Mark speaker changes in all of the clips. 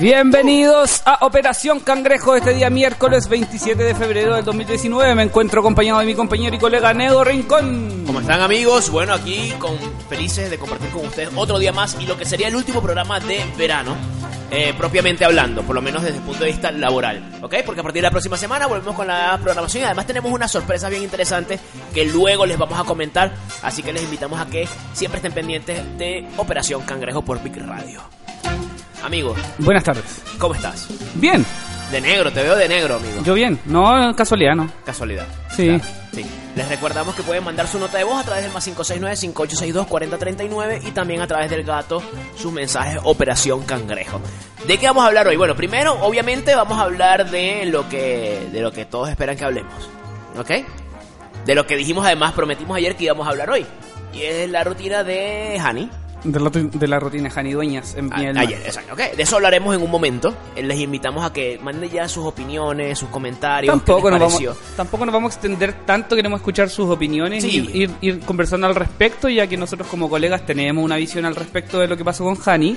Speaker 1: Bienvenidos a Operación Cangrejo este día miércoles 27 de febrero del 2019. Me encuentro acompañado de mi compañero y colega Nego Rincón.
Speaker 2: ¿Cómo están amigos? Bueno, aquí con felices de compartir con ustedes otro día más y lo que sería el último programa de verano, eh, propiamente hablando, por lo menos desde el punto de vista laboral, ¿ok? Porque a partir de la próxima semana volvemos con la programación y además tenemos unas sorpresas bien interesantes que luego les vamos a comentar, así que les invitamos a que siempre estén pendientes de Operación Cangrejo por Big Radio. Amigo,
Speaker 1: Buenas tardes.
Speaker 2: ¿cómo estás?
Speaker 1: Bien,
Speaker 2: De negro, te veo de negro, amigo.
Speaker 1: yo bien. No, casualidad, no.
Speaker 2: Casualidad.
Speaker 1: Sí.
Speaker 2: Claro, sí. Les recordamos que pueden mandar su nota de voz a través del más 569-5862-4039 y también a través del gato sus mensajes Operación Cangrejo. ¿De qué vamos a hablar hoy? Bueno, primero, obviamente, vamos a hablar de lo que, de lo que todos esperan que hablemos. ¿Ok? De lo que dijimos, además, prometimos ayer que íbamos a hablar hoy. Y es la rutina de Hani.
Speaker 1: De la, de la rutina Jani Dueñas en
Speaker 2: A-
Speaker 1: Viña del Mar.
Speaker 2: Ah, Ayer, exacto. ok. De eso hablaremos en un momento. Eh, Les invitamos a que manden ya sus opiniones, sus comentarios. qué
Speaker 1: Tampoco
Speaker 2: les
Speaker 1: nos, vamos,
Speaker 2: pareció.
Speaker 1: tampoco nos vamos a extender tanto, queremos escuchar sus opiniones
Speaker 2: Sí.
Speaker 1: y ir, ir conversando al respecto, ya que nosotros como colegas tenemos una visión al respecto de lo que pasó con Hani.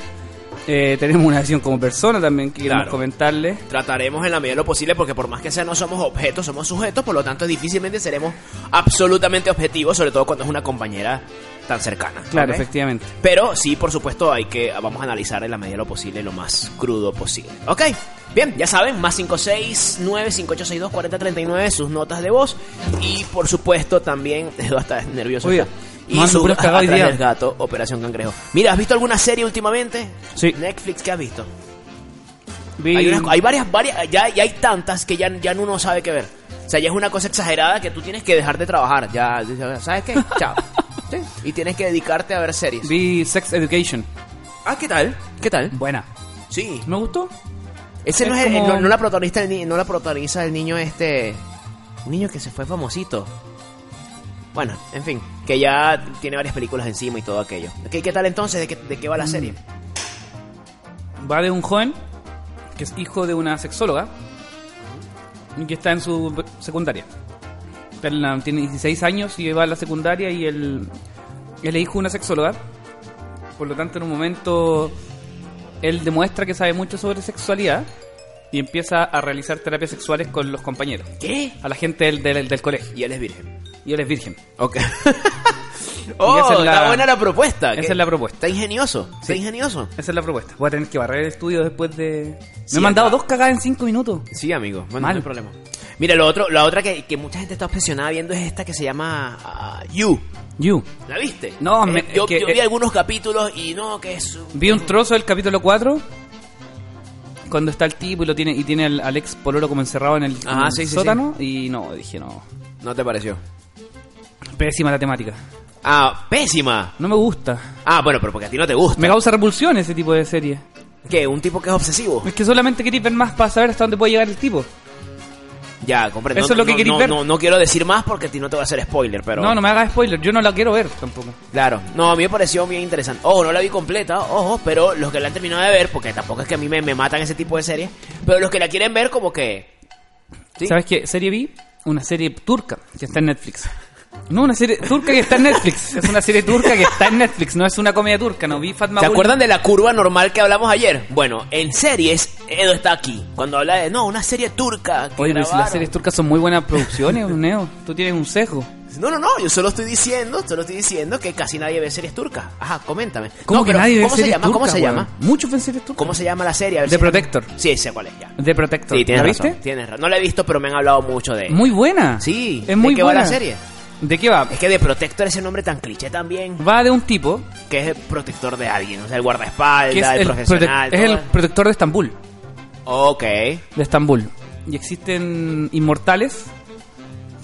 Speaker 1: Eh, tenemos una visión como persona también que queremos
Speaker 2: Claro.
Speaker 1: comentarle.
Speaker 2: trataremos en la medida de lo posible porque por más que sea no somos objetos, somos sujetos, por lo tanto difícilmente seremos absolutamente objetivos, sobre todo cuando es una compañera tan cercana.
Speaker 1: Claro,
Speaker 2: ¿ok?
Speaker 1: efectivamente.
Speaker 2: Pero sí, por supuesto, hay que vamos a analizar en la medida de lo posible lo más crudo posible. Ok, bien, ya saben, más 569-5862-4039, sus notas de voz y por supuesto también, Edu hasta es nervioso.
Speaker 1: Oye,
Speaker 2: está. y
Speaker 1: mando
Speaker 2: su
Speaker 1: puras cagadas hoy
Speaker 2: atrás
Speaker 1: día.
Speaker 2: del gato, Operación Cangrejo. Mira, ¿has visto alguna serie últimamente?
Speaker 1: Sí.
Speaker 2: Netflix, ¿qué has visto?
Speaker 1: Vi-
Speaker 2: Hay, unas- hay varias, varias, ya, ya hay tantas que ya, ya uno no sabe qué ver. O sea, ya es una cosa exagerada que tú tienes que dejar de trabajar. Ya, ya, ¿sabes qué? Chao. Sí. Y tienes que dedicarte a ver series.
Speaker 1: vi Sex Education.
Speaker 2: Ah, ¿qué tal? ¿Qué tal?
Speaker 1: Buena.
Speaker 2: Sí.
Speaker 1: ¿Me gustó?
Speaker 2: Ese no
Speaker 1: Es
Speaker 2: es, el-
Speaker 1: como-
Speaker 2: no, no la protagoniza el ni- no la protagoniza el niño este. Un niño que se fue famosito. Bueno, en fin, que ya tiene varias películas encima y todo aquello. ¿Qué, qué tal entonces? ¿De qué, de qué va la serie?
Speaker 1: Va de un joven que es hijo de una sexóloga y que está en su secundaria. Está en la- Tiene 16 años y va a la secundaria y él, él es hijo de una sexóloga. Por lo tanto, en un momento él demuestra que sabe mucho sobre sexualidad y empieza a realizar terapias sexuales con los compañeros,
Speaker 2: ¿Qué?
Speaker 1: a la gente del, del- del colegio.
Speaker 2: Y él es virgen.
Speaker 1: Y él es virgen.
Speaker 2: Ok. oh,
Speaker 1: esa es la-
Speaker 2: está buena la propuesta.
Speaker 1: esa
Speaker 2: ¿Qué-
Speaker 1: es la propuesta.
Speaker 2: Está ingenioso, está
Speaker 1: Sí.
Speaker 2: ingenioso.
Speaker 1: Esa es la propuesta. Voy a tener que barrer el estudio después de... Me
Speaker 2: Sí,
Speaker 1: he mandado
Speaker 2: acá.
Speaker 1: dos cagadas en cinco minutos.
Speaker 2: Sí, amigo, bueno,
Speaker 1: Mal.
Speaker 2: no hay problema. Mira, lo otro, la otra que, que mucha gente está obsesionada viendo es esta que se llama ah, You.
Speaker 1: You.
Speaker 2: ¿La viste?
Speaker 1: No,
Speaker 2: Eh,
Speaker 1: me-
Speaker 2: yo,
Speaker 1: es que-
Speaker 2: yo vi
Speaker 1: eh,
Speaker 2: algunos capítulos y no, que es...
Speaker 1: Vi un trozo del capítulo 4 cuando está el tipo y lo tiene y tiene al, al ex pololo como encerrado en el, en
Speaker 2: Ah,
Speaker 1: el
Speaker 2: sí, sí,
Speaker 1: sótano y no, dije no.
Speaker 2: ¿No te pareció?
Speaker 1: Pésima la temática.
Speaker 2: Ah, pésima.
Speaker 1: No me gusta.
Speaker 2: Ah, bueno, pero porque a ti no te gusta.
Speaker 1: Me causa repulsión ese tipo de serie.
Speaker 2: ¿Qué? ¿Un tipo que es obsesivo?
Speaker 1: Es que solamente quería ver más para saber hasta dónde puede llegar el tipo.
Speaker 2: Ya, comprendo.
Speaker 1: Eso es
Speaker 2: No,
Speaker 1: lo que
Speaker 2: no,
Speaker 1: quería
Speaker 2: no,
Speaker 1: ver.
Speaker 2: No, no quiero decir más porque a ti no te voy a hacer spoiler, pero...
Speaker 1: No, no me hagas spoiler, yo no la quiero ver tampoco.
Speaker 2: Claro, no, a mí me pareció bien interesante. Ojo, no la vi completa, ojo, pero los que la han terminado de ver, porque tampoco es que a mí me, me matan ese tipo de series, pero los que la quieren ver como que... ¿sí?
Speaker 1: ¿Sabes qué? Serie vi una serie turca que está en Netflix. No, una serie turca que está en Netflix. Es una serie turca que está en Netflix, no es una comedia turca, no vi Fatma
Speaker 2: ¿Se acuerdan de la curva normal que hablamos ayer? Bueno, en series, Edo está aquí. Cuando habla de, no, una serie turca. que
Speaker 1: Oye, Luis,
Speaker 2: grabaron.
Speaker 1: las series turcas son muy buenas producciones, Neo. Tú tienes un sesgo.
Speaker 2: No, no, no, yo solo estoy diciendo, solo estoy diciendo que casi nadie ve series turcas. Ajá, coméntame.
Speaker 1: ¿Cómo
Speaker 2: No,
Speaker 1: que
Speaker 2: pero
Speaker 1: nadie ve
Speaker 2: ¿cómo se
Speaker 1: series
Speaker 2: llama?
Speaker 1: turcas,
Speaker 2: ¿Cómo se
Speaker 1: weón?
Speaker 2: llama?
Speaker 1: Muchos ven series turcas.
Speaker 2: ¿Cómo se llama la serie? A ver
Speaker 1: The
Speaker 2: si-
Speaker 1: Protector.
Speaker 2: Sí, sé cuál es ya.
Speaker 1: The Protector.
Speaker 2: Sí, tienes
Speaker 1: ¿La
Speaker 2: razón,
Speaker 1: viste?
Speaker 2: Tienes razón. No la he visto, pero me han hablado mucho de ella.
Speaker 1: Muy buena.
Speaker 2: Sí, ¿de
Speaker 1: Es muy
Speaker 2: qué va
Speaker 1: buena.
Speaker 2: la serie?
Speaker 1: ¿De qué va?
Speaker 2: Es que The Protector ese nombre tan cliché también,
Speaker 1: Va de un tipo
Speaker 2: que es el protector de alguien, o sea, el
Speaker 1: que es
Speaker 2: guardaespaldas, el,
Speaker 1: el,
Speaker 2: profesional.
Speaker 1: prote- es
Speaker 2: todo
Speaker 1: el protector de Estambul.
Speaker 2: Ok.
Speaker 1: De Estambul. Y existen inmortales,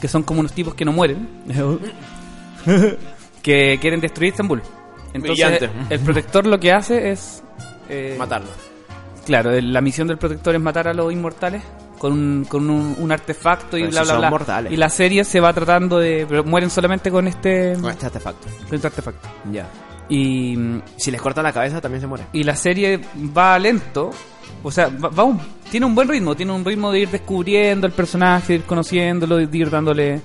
Speaker 1: que son como unos tipos que no mueren, que quieren destruir Estambul. Entonces,
Speaker 2: Brillante.
Speaker 1: el protector lo que hace es eh,
Speaker 2: Matarlo.
Speaker 1: Claro, el- la misión del protector es matar a los inmortales con un, con un, un artefacto y
Speaker 2: Pero
Speaker 1: bla,
Speaker 2: si
Speaker 1: bla,
Speaker 2: son
Speaker 1: bla.
Speaker 2: mortales.
Speaker 1: Y la serie se va tratando de... Pero mueren solamente con este,
Speaker 2: Con
Speaker 1: con
Speaker 2: este artefacto.
Speaker 1: este artefacto.
Speaker 2: Ya.
Speaker 1: Y, mm,
Speaker 2: Si les cortan la cabeza también se muere.
Speaker 1: y la serie va lento, o sea, va, va un- tiene un buen ritmo, tiene un ritmo de ir descubriendo el personaje, de ir conociéndolo, de ir dándole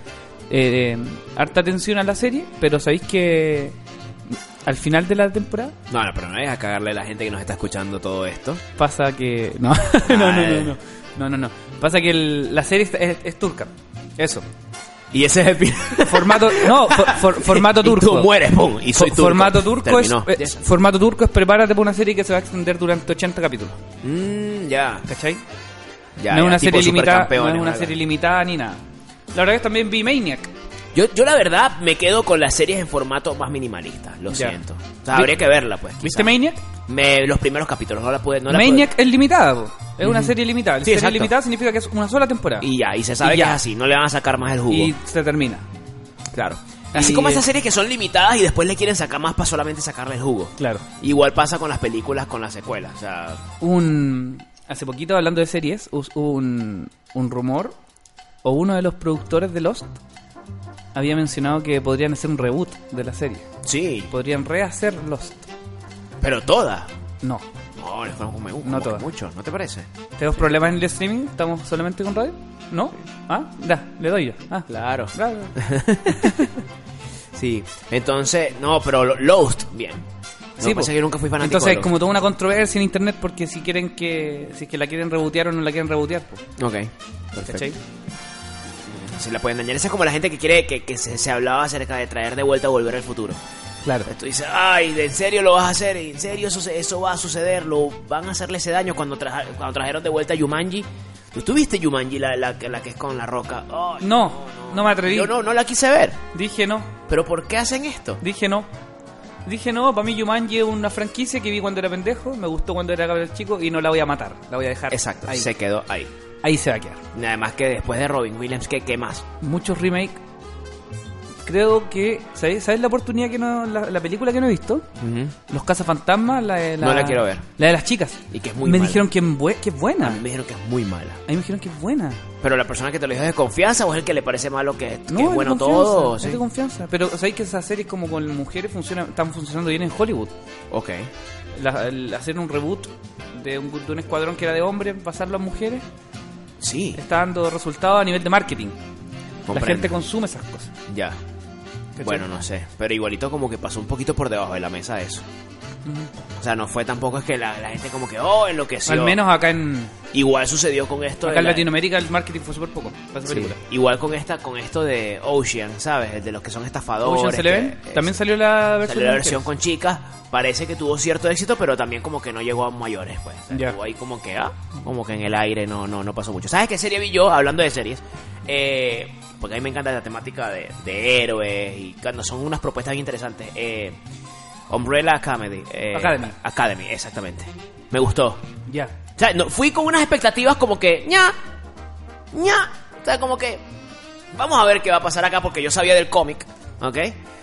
Speaker 1: eh, harta atención a la serie, pero sabéis que al final de la temporada
Speaker 2: No, no, pero no es a cagarle a la gente que nos está escuchando todo esto.
Speaker 1: pasa que no no no no
Speaker 2: eh.
Speaker 1: no no no no. pasa que el- la serie es, es- es turca eso
Speaker 2: Y ese es el fin.
Speaker 1: formato no for- for- formato
Speaker 2: Y tú
Speaker 1: turco
Speaker 2: mueres, pum, y soy
Speaker 1: For-
Speaker 2: turco.
Speaker 1: formato turco es,
Speaker 2: Terminó.
Speaker 1: eh,
Speaker 2: Yes.
Speaker 1: formato turco es prepárate para una serie que se va a extender durante 80 capítulos
Speaker 2: Mm, ya.
Speaker 1: ¿cachai?
Speaker 2: ya.
Speaker 1: no es
Speaker 2: ya,
Speaker 1: una
Speaker 2: tipo
Speaker 1: serie limitada no
Speaker 2: supercampeones,
Speaker 1: es una
Speaker 2: ¿verdad?
Speaker 1: serie limitada ni nada la verdad que también vi Maniac
Speaker 2: Yo, yo la verdad me quedo con las series en formato más minimalista, lo
Speaker 1: Ya.
Speaker 2: siento. O sea,
Speaker 1: Vi-
Speaker 2: habría que verla, pues.
Speaker 1: ¿viste
Speaker 2: quizá.
Speaker 1: Maniac?
Speaker 2: Me- los primeros capítulos, no la pude. No la pude-
Speaker 1: Maniac es limitada po. es una serie limitada la
Speaker 2: Sí,
Speaker 1: serie
Speaker 2: exacto.
Speaker 1: limitada significa que es una sola temporada
Speaker 2: Y ya, y se sabe
Speaker 1: Y
Speaker 2: que es
Speaker 1: ya.
Speaker 2: así, no le van a sacar más el jugo.
Speaker 1: y se termina
Speaker 2: claro. Así
Speaker 1: Y-
Speaker 2: como esas series que son limitadas y después le quieren sacar más para solamente sacarle el jugo.
Speaker 1: claro
Speaker 2: Igual pasa con las películas, con las secuelas. O sea,
Speaker 1: un hace poquito hablando de series us- un, un rumor o uno de los productores de Lost había mencionado que podrían hacer un reboot de la serie
Speaker 2: sí,
Speaker 1: podrían rehacer Lost
Speaker 2: pero todas.
Speaker 1: no
Speaker 2: No, les conozco me- como
Speaker 1: No
Speaker 2: que
Speaker 1: todas.
Speaker 2: mucho, ¿no te parece?
Speaker 1: tenemos problemas en el streaming estamos solamente con radio no ah da le doy yo ah
Speaker 2: Claro.
Speaker 1: da.
Speaker 2: Sí. Entonces, no, pero lo- Lost, bien. No,
Speaker 1: Sí,
Speaker 2: sí,
Speaker 1: po.
Speaker 2: pasa que yo nunca fui fanático
Speaker 1: entonces
Speaker 2: de
Speaker 1: hay como toda una controversia en internet porque si quieren que si es que la quieren rebotear o no la quieren rebotear pues,
Speaker 2: Lost. Ok,
Speaker 1: ¿cachai?
Speaker 2: perfecto. Se la pueden dañar. Esa es como la gente que quiere que, que se, se hablaba acerca de traer de vuelta a volver al futuro.
Speaker 1: claro
Speaker 2: Tú dices, ay, ¿de en serio lo vas a hacer? ¿En serio eso, se- eso va a suceder? ¿Lo van a hacerle ese daño cuando, traja- cuando trajeron de vuelta a Yumanji? ¿Tú tuviste Yumanji, la, la, la que es con la roca? Ay,
Speaker 1: no no me atreví
Speaker 2: Yo no, no la quise ver.
Speaker 1: dije no
Speaker 2: ¿Pero por qué hacen esto?
Speaker 1: Dije no. Dije no, para mí Yumanji es una franquicia que vi cuando era pendejo, me gustó cuando era cabrón chico y no la voy a matar, la voy a dejar.
Speaker 2: Exacto,
Speaker 1: ahí.
Speaker 2: se quedó ahí.
Speaker 1: Ahí se va a quedar.
Speaker 2: Además que después de Robin Williams, ¿qué, qué más?
Speaker 1: Muchos remake. Creo que. ¿Sabes, sabes la oportunidad que no. La, la película que no he visto? Los Cazafantasmas, la de. La,
Speaker 2: No la quiero ver.
Speaker 1: La de las chicas.
Speaker 2: Y que es muy
Speaker 1: Me
Speaker 2: mala.
Speaker 1: dijeron que, en bue- que es buena.
Speaker 2: A mí me dijeron que es muy mala.
Speaker 1: A mí me dijeron que es buena.
Speaker 2: Pero la persona que te lo dijo es de confianza o es el que le parece malo que, que
Speaker 1: No,
Speaker 2: es bueno
Speaker 1: de confianza,
Speaker 2: todo.
Speaker 1: es
Speaker 2: ¿sí?
Speaker 1: de confianza. Pero sabéis que esas series como con mujeres funcionan, están funcionando bien en Hollywood.
Speaker 2: Ok.
Speaker 1: La- el hacer un reboot de un, de un escuadrón que era de hombres, pasarlo a mujeres,
Speaker 2: Sí,
Speaker 1: está dando resultados a nivel de marketing. La
Speaker 2: comprendo.
Speaker 1: gente consume esas cosas.
Speaker 2: Ya.
Speaker 1: ¿Cachai?
Speaker 2: Bueno, no sé. Pero igualito como que pasó un poquito por debajo de la mesa eso. O sea, no fue tampoco es que la, la gente como que, oh, enloqueció.
Speaker 1: Al menos acá en
Speaker 2: Igual sucedió con esto. de
Speaker 1: acá en
Speaker 2: la-
Speaker 1: Latinoamérica el marketing fue súper poco para esa
Speaker 2: Sí.
Speaker 1: película.
Speaker 2: Igual con esta con esto de Ocean, ¿sabes? El de los que son estafadores.
Speaker 1: Ocean's Eleven
Speaker 2: que-
Speaker 1: también salió la
Speaker 2: salió
Speaker 1: versión.
Speaker 2: la
Speaker 1: de
Speaker 2: versión
Speaker 1: mujeres.
Speaker 2: con chicas. Parece que tuvo cierto éxito, pero también como que no llegó a mayores, pues. O sea,
Speaker 1: Ya.
Speaker 2: estuvo ahí como que, ah, como que en el aire no, no, no pasó mucho. ¿Sabes qué serie vi yo? Hablando de series. Eh, porque a mí me encanta la temática de, de héroes y cuando son unas propuestas bien interesantes. Eh, Umbrella Academy. eh,
Speaker 1: Academy.
Speaker 2: Academy, exactamente. Me gustó.
Speaker 1: Ya.
Speaker 2: O sea, no, fui con unas expectativas como que, ña, ña. O sea, como que, vamos a ver qué va a pasar acá porque yo sabía del cómic, ¿ok?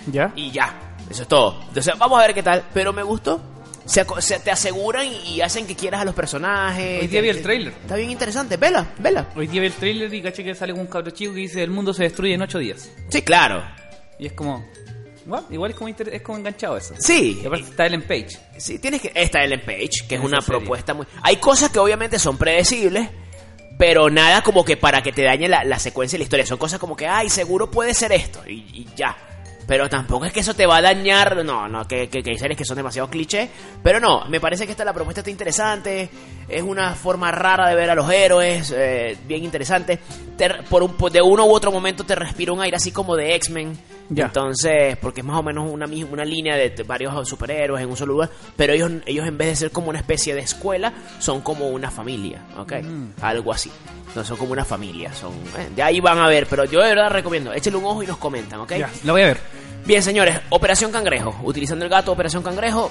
Speaker 1: Ya.
Speaker 2: Y ya, eso es todo. Entonces, vamos a ver qué tal. Pero me gustó. Se, aco- se- te aseguran y hacen que quieras a los personajes.
Speaker 1: Hoy día vi el tráiler.
Speaker 2: Está bien interesante. Vela, vela.
Speaker 1: Hoy día vi el trailer y caché que sale con un cabro chico que dice el mundo se destruye en 8 días.
Speaker 2: Sí, claro.
Speaker 1: Y es como. "Guau, igual es como, inter- es como enganchado eso.
Speaker 2: Sí.
Speaker 1: Y aparte está Ellen Page.
Speaker 2: Sí, tienes que. Esta Ellen Page, que es
Speaker 1: Esa
Speaker 2: una
Speaker 1: serie.
Speaker 2: propuesta muy. Hay cosas que obviamente son predecibles, pero nada como que para que te dañe la, la secuencia y la historia. Son cosas como que, ay, seguro puede ser esto, y, y ya. Pero tampoco es que eso te va a dañar. No, no, que, que, que hay series que son demasiado clichés. Pero no, me parece que esta la propuesta está interesante. Es una forma rara de ver a los héroes, eh, bien interesante. Te- por un, por- de uno u otro momento te respira un aire así como de X-Men.
Speaker 1: Ya.
Speaker 2: Entonces, porque es más o menos una, mis- una línea de t- varios superhéroes en un solo lugar, pero ellos, ellos en vez de ser como una especie de escuela, son como una familia, ¿ok?
Speaker 1: Mm.
Speaker 2: Algo así. No son como una familia, son... eh, de ahí van a ver, pero yo de verdad recomiendo, échenle un ojo y nos comentan, ¿ok?
Speaker 1: Ya, la voy a ver.
Speaker 2: Bien, señores, Operación Cangrejo. Utilizando el gato Operación Cangrejo,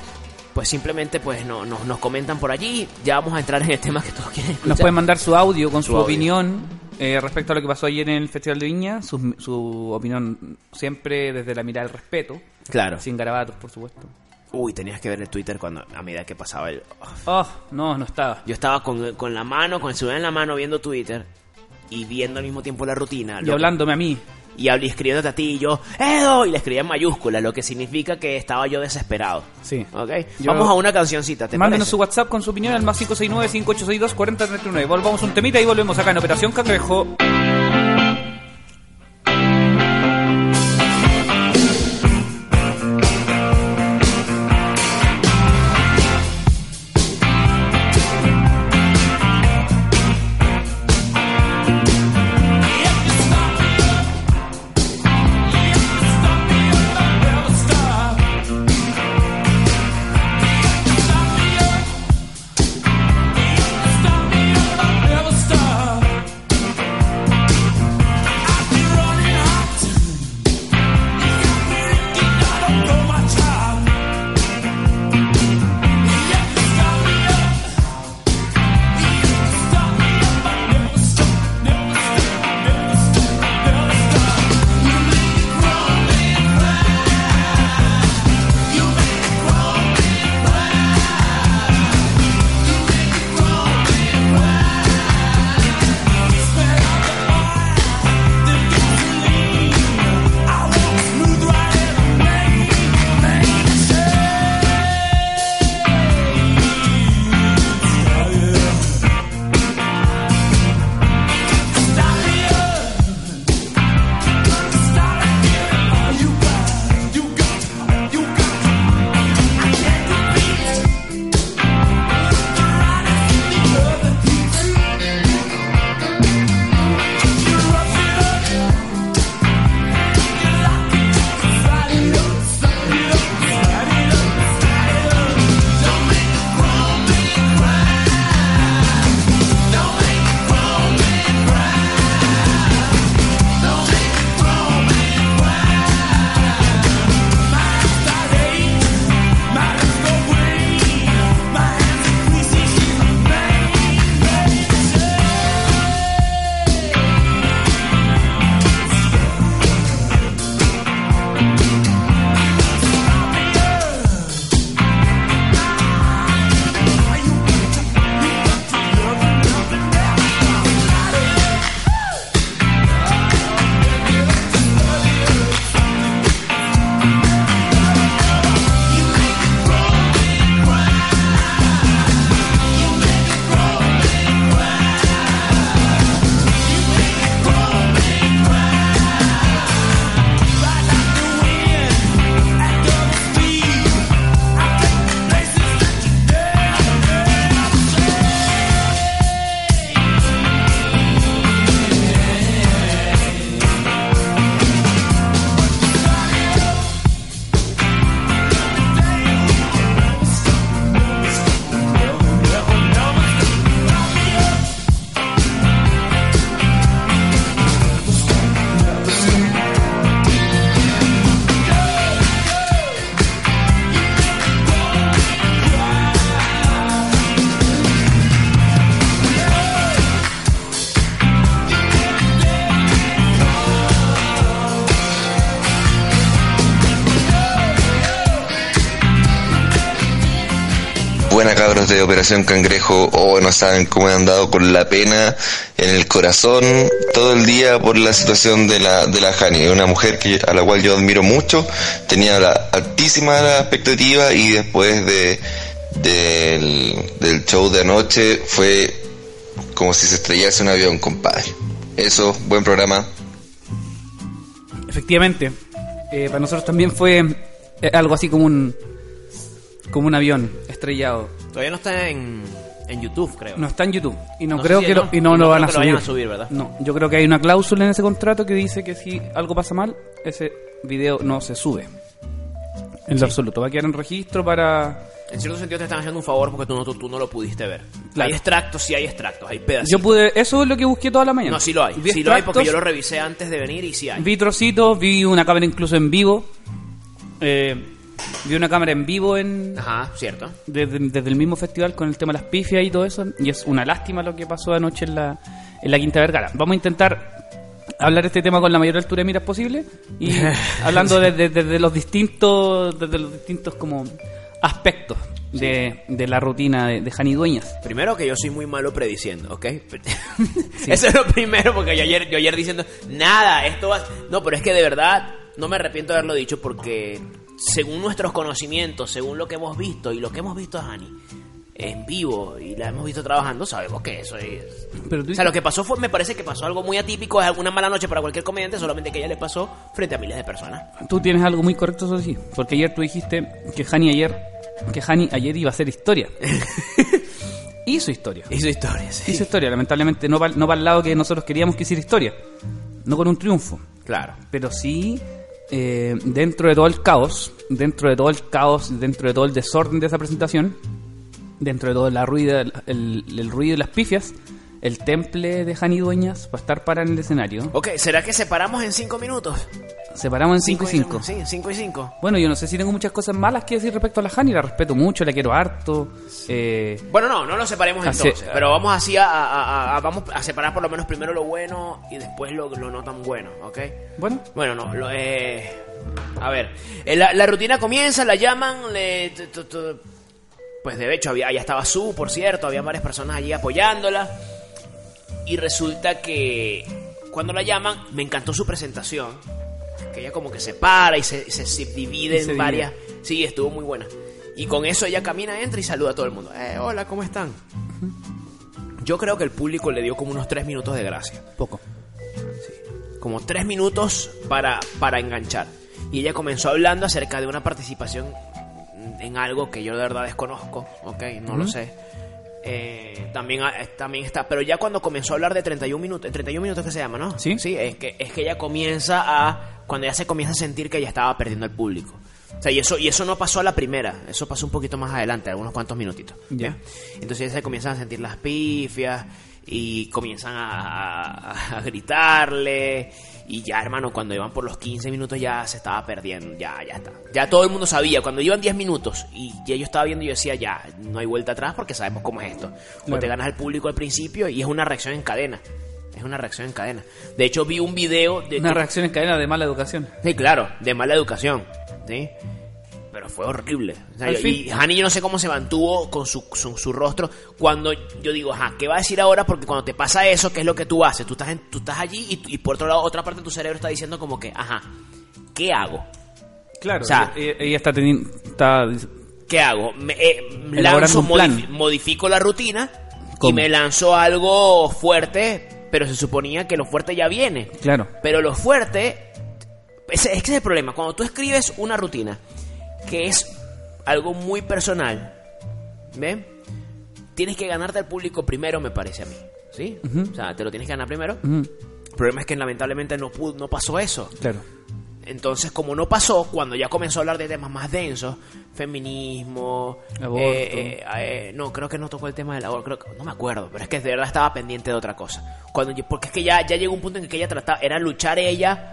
Speaker 2: pues simplemente pues no, no- nos comentan por allí, ya vamos a entrar en el tema que todos quieren escuchar.
Speaker 1: Nos pueden mandar su audio con su,
Speaker 2: audio.
Speaker 1: opinión eh, respecto a lo que pasó ayer en el Festival de Viña, su, su opinión siempre desde la mirada del respeto,
Speaker 2: Claro.
Speaker 1: sin garabatos, por supuesto.
Speaker 2: Uy, tenías que ver el Twitter cuando a medida que pasaba el...
Speaker 1: Oh, no, no estaba.
Speaker 2: Yo estaba con, con la mano, con el celular en la mano viendo Twitter y viendo al mismo tiempo la rutina.
Speaker 1: Y
Speaker 2: lo-
Speaker 1: hablándome a mí.
Speaker 2: Y habl- escribiéndote a ti y yo, ¡Edo! Y la escribía en mayúscula, lo que significa que estaba yo desesperado.
Speaker 1: Sí.
Speaker 2: ¿Ok?
Speaker 1: Yo-
Speaker 2: Vamos a una cancioncita, ¿te
Speaker 1: Mándenos
Speaker 2: parece?
Speaker 1: su WhatsApp con su opinión al más 569-5862-4039. Volvamos un temita y volvemos acá en Operación Cangrejo.
Speaker 3: Buenas cabros de Operación Cangrejo, oh, no saben cómo he andado con la pena en el corazón todo el día por la situación de la, de la Jani, una mujer que, a la cual yo admiro mucho, tenía la altísima la expectativa y después de, del, del show de anoche fue como si se estrellase un avión, compadre. Eso, buen programa.
Speaker 1: Efectivamente. Eh, para nosotros también fue eh, algo así como un como un avión estrellado.
Speaker 2: Todavía no está en, en YouTube, creo.
Speaker 1: No está en YouTube y no,
Speaker 2: No sé
Speaker 1: creo
Speaker 2: si
Speaker 1: que
Speaker 2: no.
Speaker 1: lo, y no,
Speaker 2: No
Speaker 1: lo van a
Speaker 2: creo que lo
Speaker 1: subir.
Speaker 2: vayan a subir, ¿verdad?
Speaker 1: No, yo creo que hay una cláusula en ese contrato que dice que si algo pasa mal, ese video no se sube. En lo absoluto, va a quedar en registro para
Speaker 2: En cierto sentido te están haciendo un favor porque tú no, tú, tú no lo pudiste ver.
Speaker 1: Claro.
Speaker 2: Hay extractos, sí hay extractos, hay pedacitos.
Speaker 1: Yo pude, eso es lo que busqué toda la mañana.
Speaker 2: No, sí lo hay.
Speaker 1: Vi
Speaker 2: Sí lo hay porque
Speaker 1: extractos,
Speaker 2: yo lo revisé antes de venir y sí hay.
Speaker 1: Vi trocitos, vi una cámara incluso en vivo. Eh, vi una cámara en vivo en,
Speaker 2: Ajá, cierto.
Speaker 1: desde, desde el mismo festival con el tema de las pifias y todo eso. Y es una lástima lo que pasó anoche en la, en la Quinta Vergara. Vamos a intentar hablar este tema con la mayor altura de miras posible y hablando desde desde los distintos desde los distintos como aspectos de, de la rutina de, de Jani Dueñas.
Speaker 2: Primero que yo soy muy malo prediciendo, ¿ok? Eso es lo primero, porque yo ayer, yo ayer diciendo, nada, esto va... No, pero es que de verdad no me arrepiento de haberlo dicho porque según nuestros conocimientos, según lo que hemos visto y lo que hemos visto a Hani en vivo y la hemos visto trabajando, sabemos que eso es...
Speaker 1: Pero tú
Speaker 2: O sea, lo que pasó fue, me parece que pasó algo muy atípico, es alguna mala noche para cualquier comediante, solamente que ella le pasó frente a miles de personas.
Speaker 1: Tú tienes algo muy correcto, eso sí, porque ayer tú dijiste que Hani ayer, que Hani ayer iba a hacer historia. Hizo historia.
Speaker 2: Hizo historia, sí.
Speaker 1: Hizo historia, lamentablemente no va, no va al lado que nosotros queríamos que hiciera historia, no con un triunfo,
Speaker 2: Claro.
Speaker 1: pero sí eh, dentro de todo el caos, dentro de todo el caos, dentro de todo el desorden de esa presentación, dentro de todo la ruida, el, el ruido y las pifias, el temple de Hani Dueñas va a estar para en el escenario.
Speaker 2: Ok, ¿será que separamos en 5 minutos?
Speaker 1: Separamos en 5 y 5.
Speaker 2: Cinco, Sí, 5 y 5.
Speaker 1: Bueno, yo no sé si tengo muchas cosas malas que decir respecto a la Hani, la respeto mucho, la quiero harto. Eh,
Speaker 2: Bueno, no, no lo separemos
Speaker 1: Así-
Speaker 2: entonces, pero vamos así a, a- a- a- vamos a separar por lo menos primero lo bueno y después lo, lo no tan bueno, ¿ok?
Speaker 1: bueno,
Speaker 2: Bueno, no, lo, eh, a ver, eh, la, la rutina comienza, la llaman, le, tu- tu- tu- pues de hecho había, allá estaba Su, por cierto, había varias personas allí apoyándola y resulta que cuando la llaman me encantó su presentación, que ella como que se para y se, se subdivide
Speaker 1: Y se
Speaker 2: en varias, sí, estuvo muy buena. Y con eso ella camina, entra y saluda a todo el mundo. Eh, hola, ¿cómo están? Yo creo que el público le dio como unos tres minutos de gracia
Speaker 1: poco.
Speaker 2: como tres minutos para, para enganchar. Y ella comenzó hablando acerca de una participación en algo que yo de verdad desconozco, ok, no lo sé. Eh, también, ha- también está, pero ya cuando comenzó a hablar de 31 minutos, 31 minutos que se llama, ¿no?
Speaker 1: Sí.
Speaker 2: Sí, es que, es que ella comienza a, cuando ella se comienza a sentir que ya estaba perdiendo el público. O sea, y eso, y eso no pasó a la primera, eso pasó un poquito más adelante, algunos cuantos minutitos.
Speaker 1: Ya.
Speaker 2: Entonces ya se comienzan a sentir las pifias y comienzan a, a- a gritarle. Y ya, hermano, cuando iban por los 15 minutos ya se estaba perdiendo. Ya, ya está. Ya todo el mundo sabía. Cuando iban 10 minutos y ya yo estaba viendo, yo decía, ya, no hay vuelta atrás porque sabemos cómo es esto. O
Speaker 1: Claro.
Speaker 2: te ganas al público al principio y es una reacción en cadena. Es una reacción en cadena. De hecho, vi un video de.
Speaker 1: Una reacción en cadena de mala educación.
Speaker 2: Sí, claro, de mala educación. ¿sí? Pero fue horrible. O sea,
Speaker 1: Al
Speaker 2: yo-
Speaker 1: fin.
Speaker 2: y Hani yo no sé cómo se mantuvo con su, su, su rostro cuando yo digo, ajá, ¿qué va a decir ahora? Porque cuando te pasa eso, ¿qué es lo que tú haces? Tú estás, en- tú estás allí y, y por otro lado, otra parte de tu cerebro está diciendo como que, ajá, ¿qué hago?
Speaker 1: Claro,
Speaker 2: O sea-
Speaker 1: ella, ella está teniendo. Está,
Speaker 2: ¿Qué hago? Me, eh,
Speaker 1: Elaborar
Speaker 2: lanzo,
Speaker 1: un plan.
Speaker 2: modifi- modifico la rutina y
Speaker 1: ¿Cómo?
Speaker 2: me lanzo algo fuerte, pero se suponía que lo fuerte ya viene.
Speaker 1: claro,
Speaker 2: Pero lo fuerte, ese, es que ese es el problema. Cuando tú escribes una rutina que es algo muy personal, ¿ven? Tienes que ganarte al público primero, me parece a mí. ¿Sí? O sea, te lo tienes que ganar primero.
Speaker 1: Ujú.
Speaker 2: El problema es que lamentablemente no, pudo, no pasó eso.
Speaker 1: claro.
Speaker 2: Entonces, como no pasó, cuando ya comenzó a hablar de temas más densos, feminismo,
Speaker 1: Aborto.
Speaker 2: eh, eh, eh, no, creo que no tocó el tema del aborto, creo que- no me acuerdo, pero es que de verdad estaba pendiente de otra cosa. Cuando yo- porque es que ya, ya llegó un punto en el que ella trataba, era luchar ella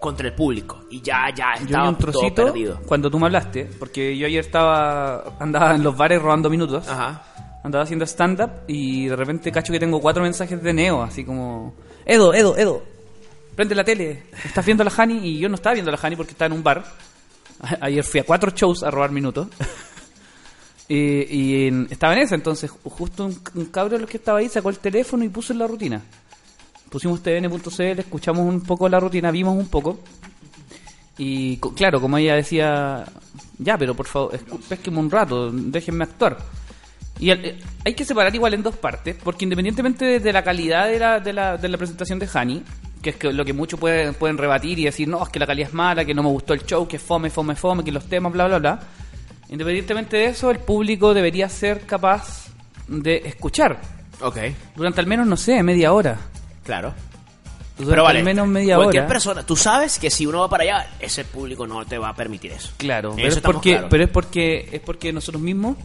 Speaker 2: contra el público, y ya, ya
Speaker 1: Yo vi
Speaker 2: estaba
Speaker 1: un
Speaker 2: todo
Speaker 1: trocito
Speaker 2: perdido.
Speaker 1: cuando tú me hablaste, porque yo ayer estaba andaba en los bares robando minutos,
Speaker 2: Ajá.
Speaker 1: andaba haciendo stand-up y de repente cacho que tengo cuatro mensajes de Neo, así como: Edo, Edo, Edo, prende la tele, estás viendo a la Hani y yo no estaba viendo a la Hani porque estaba en un bar. A- Ayer fui a cuatro shows a robar minutos. Eh, y en- estaba en esa, entonces ju- justo un, un cabro de los que estaba ahí sacó el teléfono y puso en la rutina. Pusimos tvn.cl, escuchamos un poco la rutina, vimos un poco. Y co- claro, como ella decía, ya, pero por favor, escu- pésquenme un rato, déjenme actuar. Y el- eh, hay que separar igual en dos partes, porque independientemente de, de la calidad de la, de la, de la presentación de Hani, que es que lo que muchos pueden, pueden rebatir y decir, no, es que la calidad es mala, que no me gustó el show, que fome, fome, fome, que los temas, bla, bla, bla. Independientemente de eso, el público debería ser capaz de escuchar
Speaker 2: Ok,
Speaker 1: durante al menos, no sé, media hora.
Speaker 2: claro.
Speaker 1: Durante
Speaker 2: Pero vale,
Speaker 1: al menos media
Speaker 2: cualquier
Speaker 1: hora.
Speaker 2: persona, tú sabes que si uno va para allá, ese público no te va a permitir eso.
Speaker 1: Claro,
Speaker 2: En
Speaker 1: pero
Speaker 2: eso
Speaker 1: es,
Speaker 2: estamos
Speaker 1: porque,
Speaker 2: claros.
Speaker 1: pero es porque es porque nosotros mismos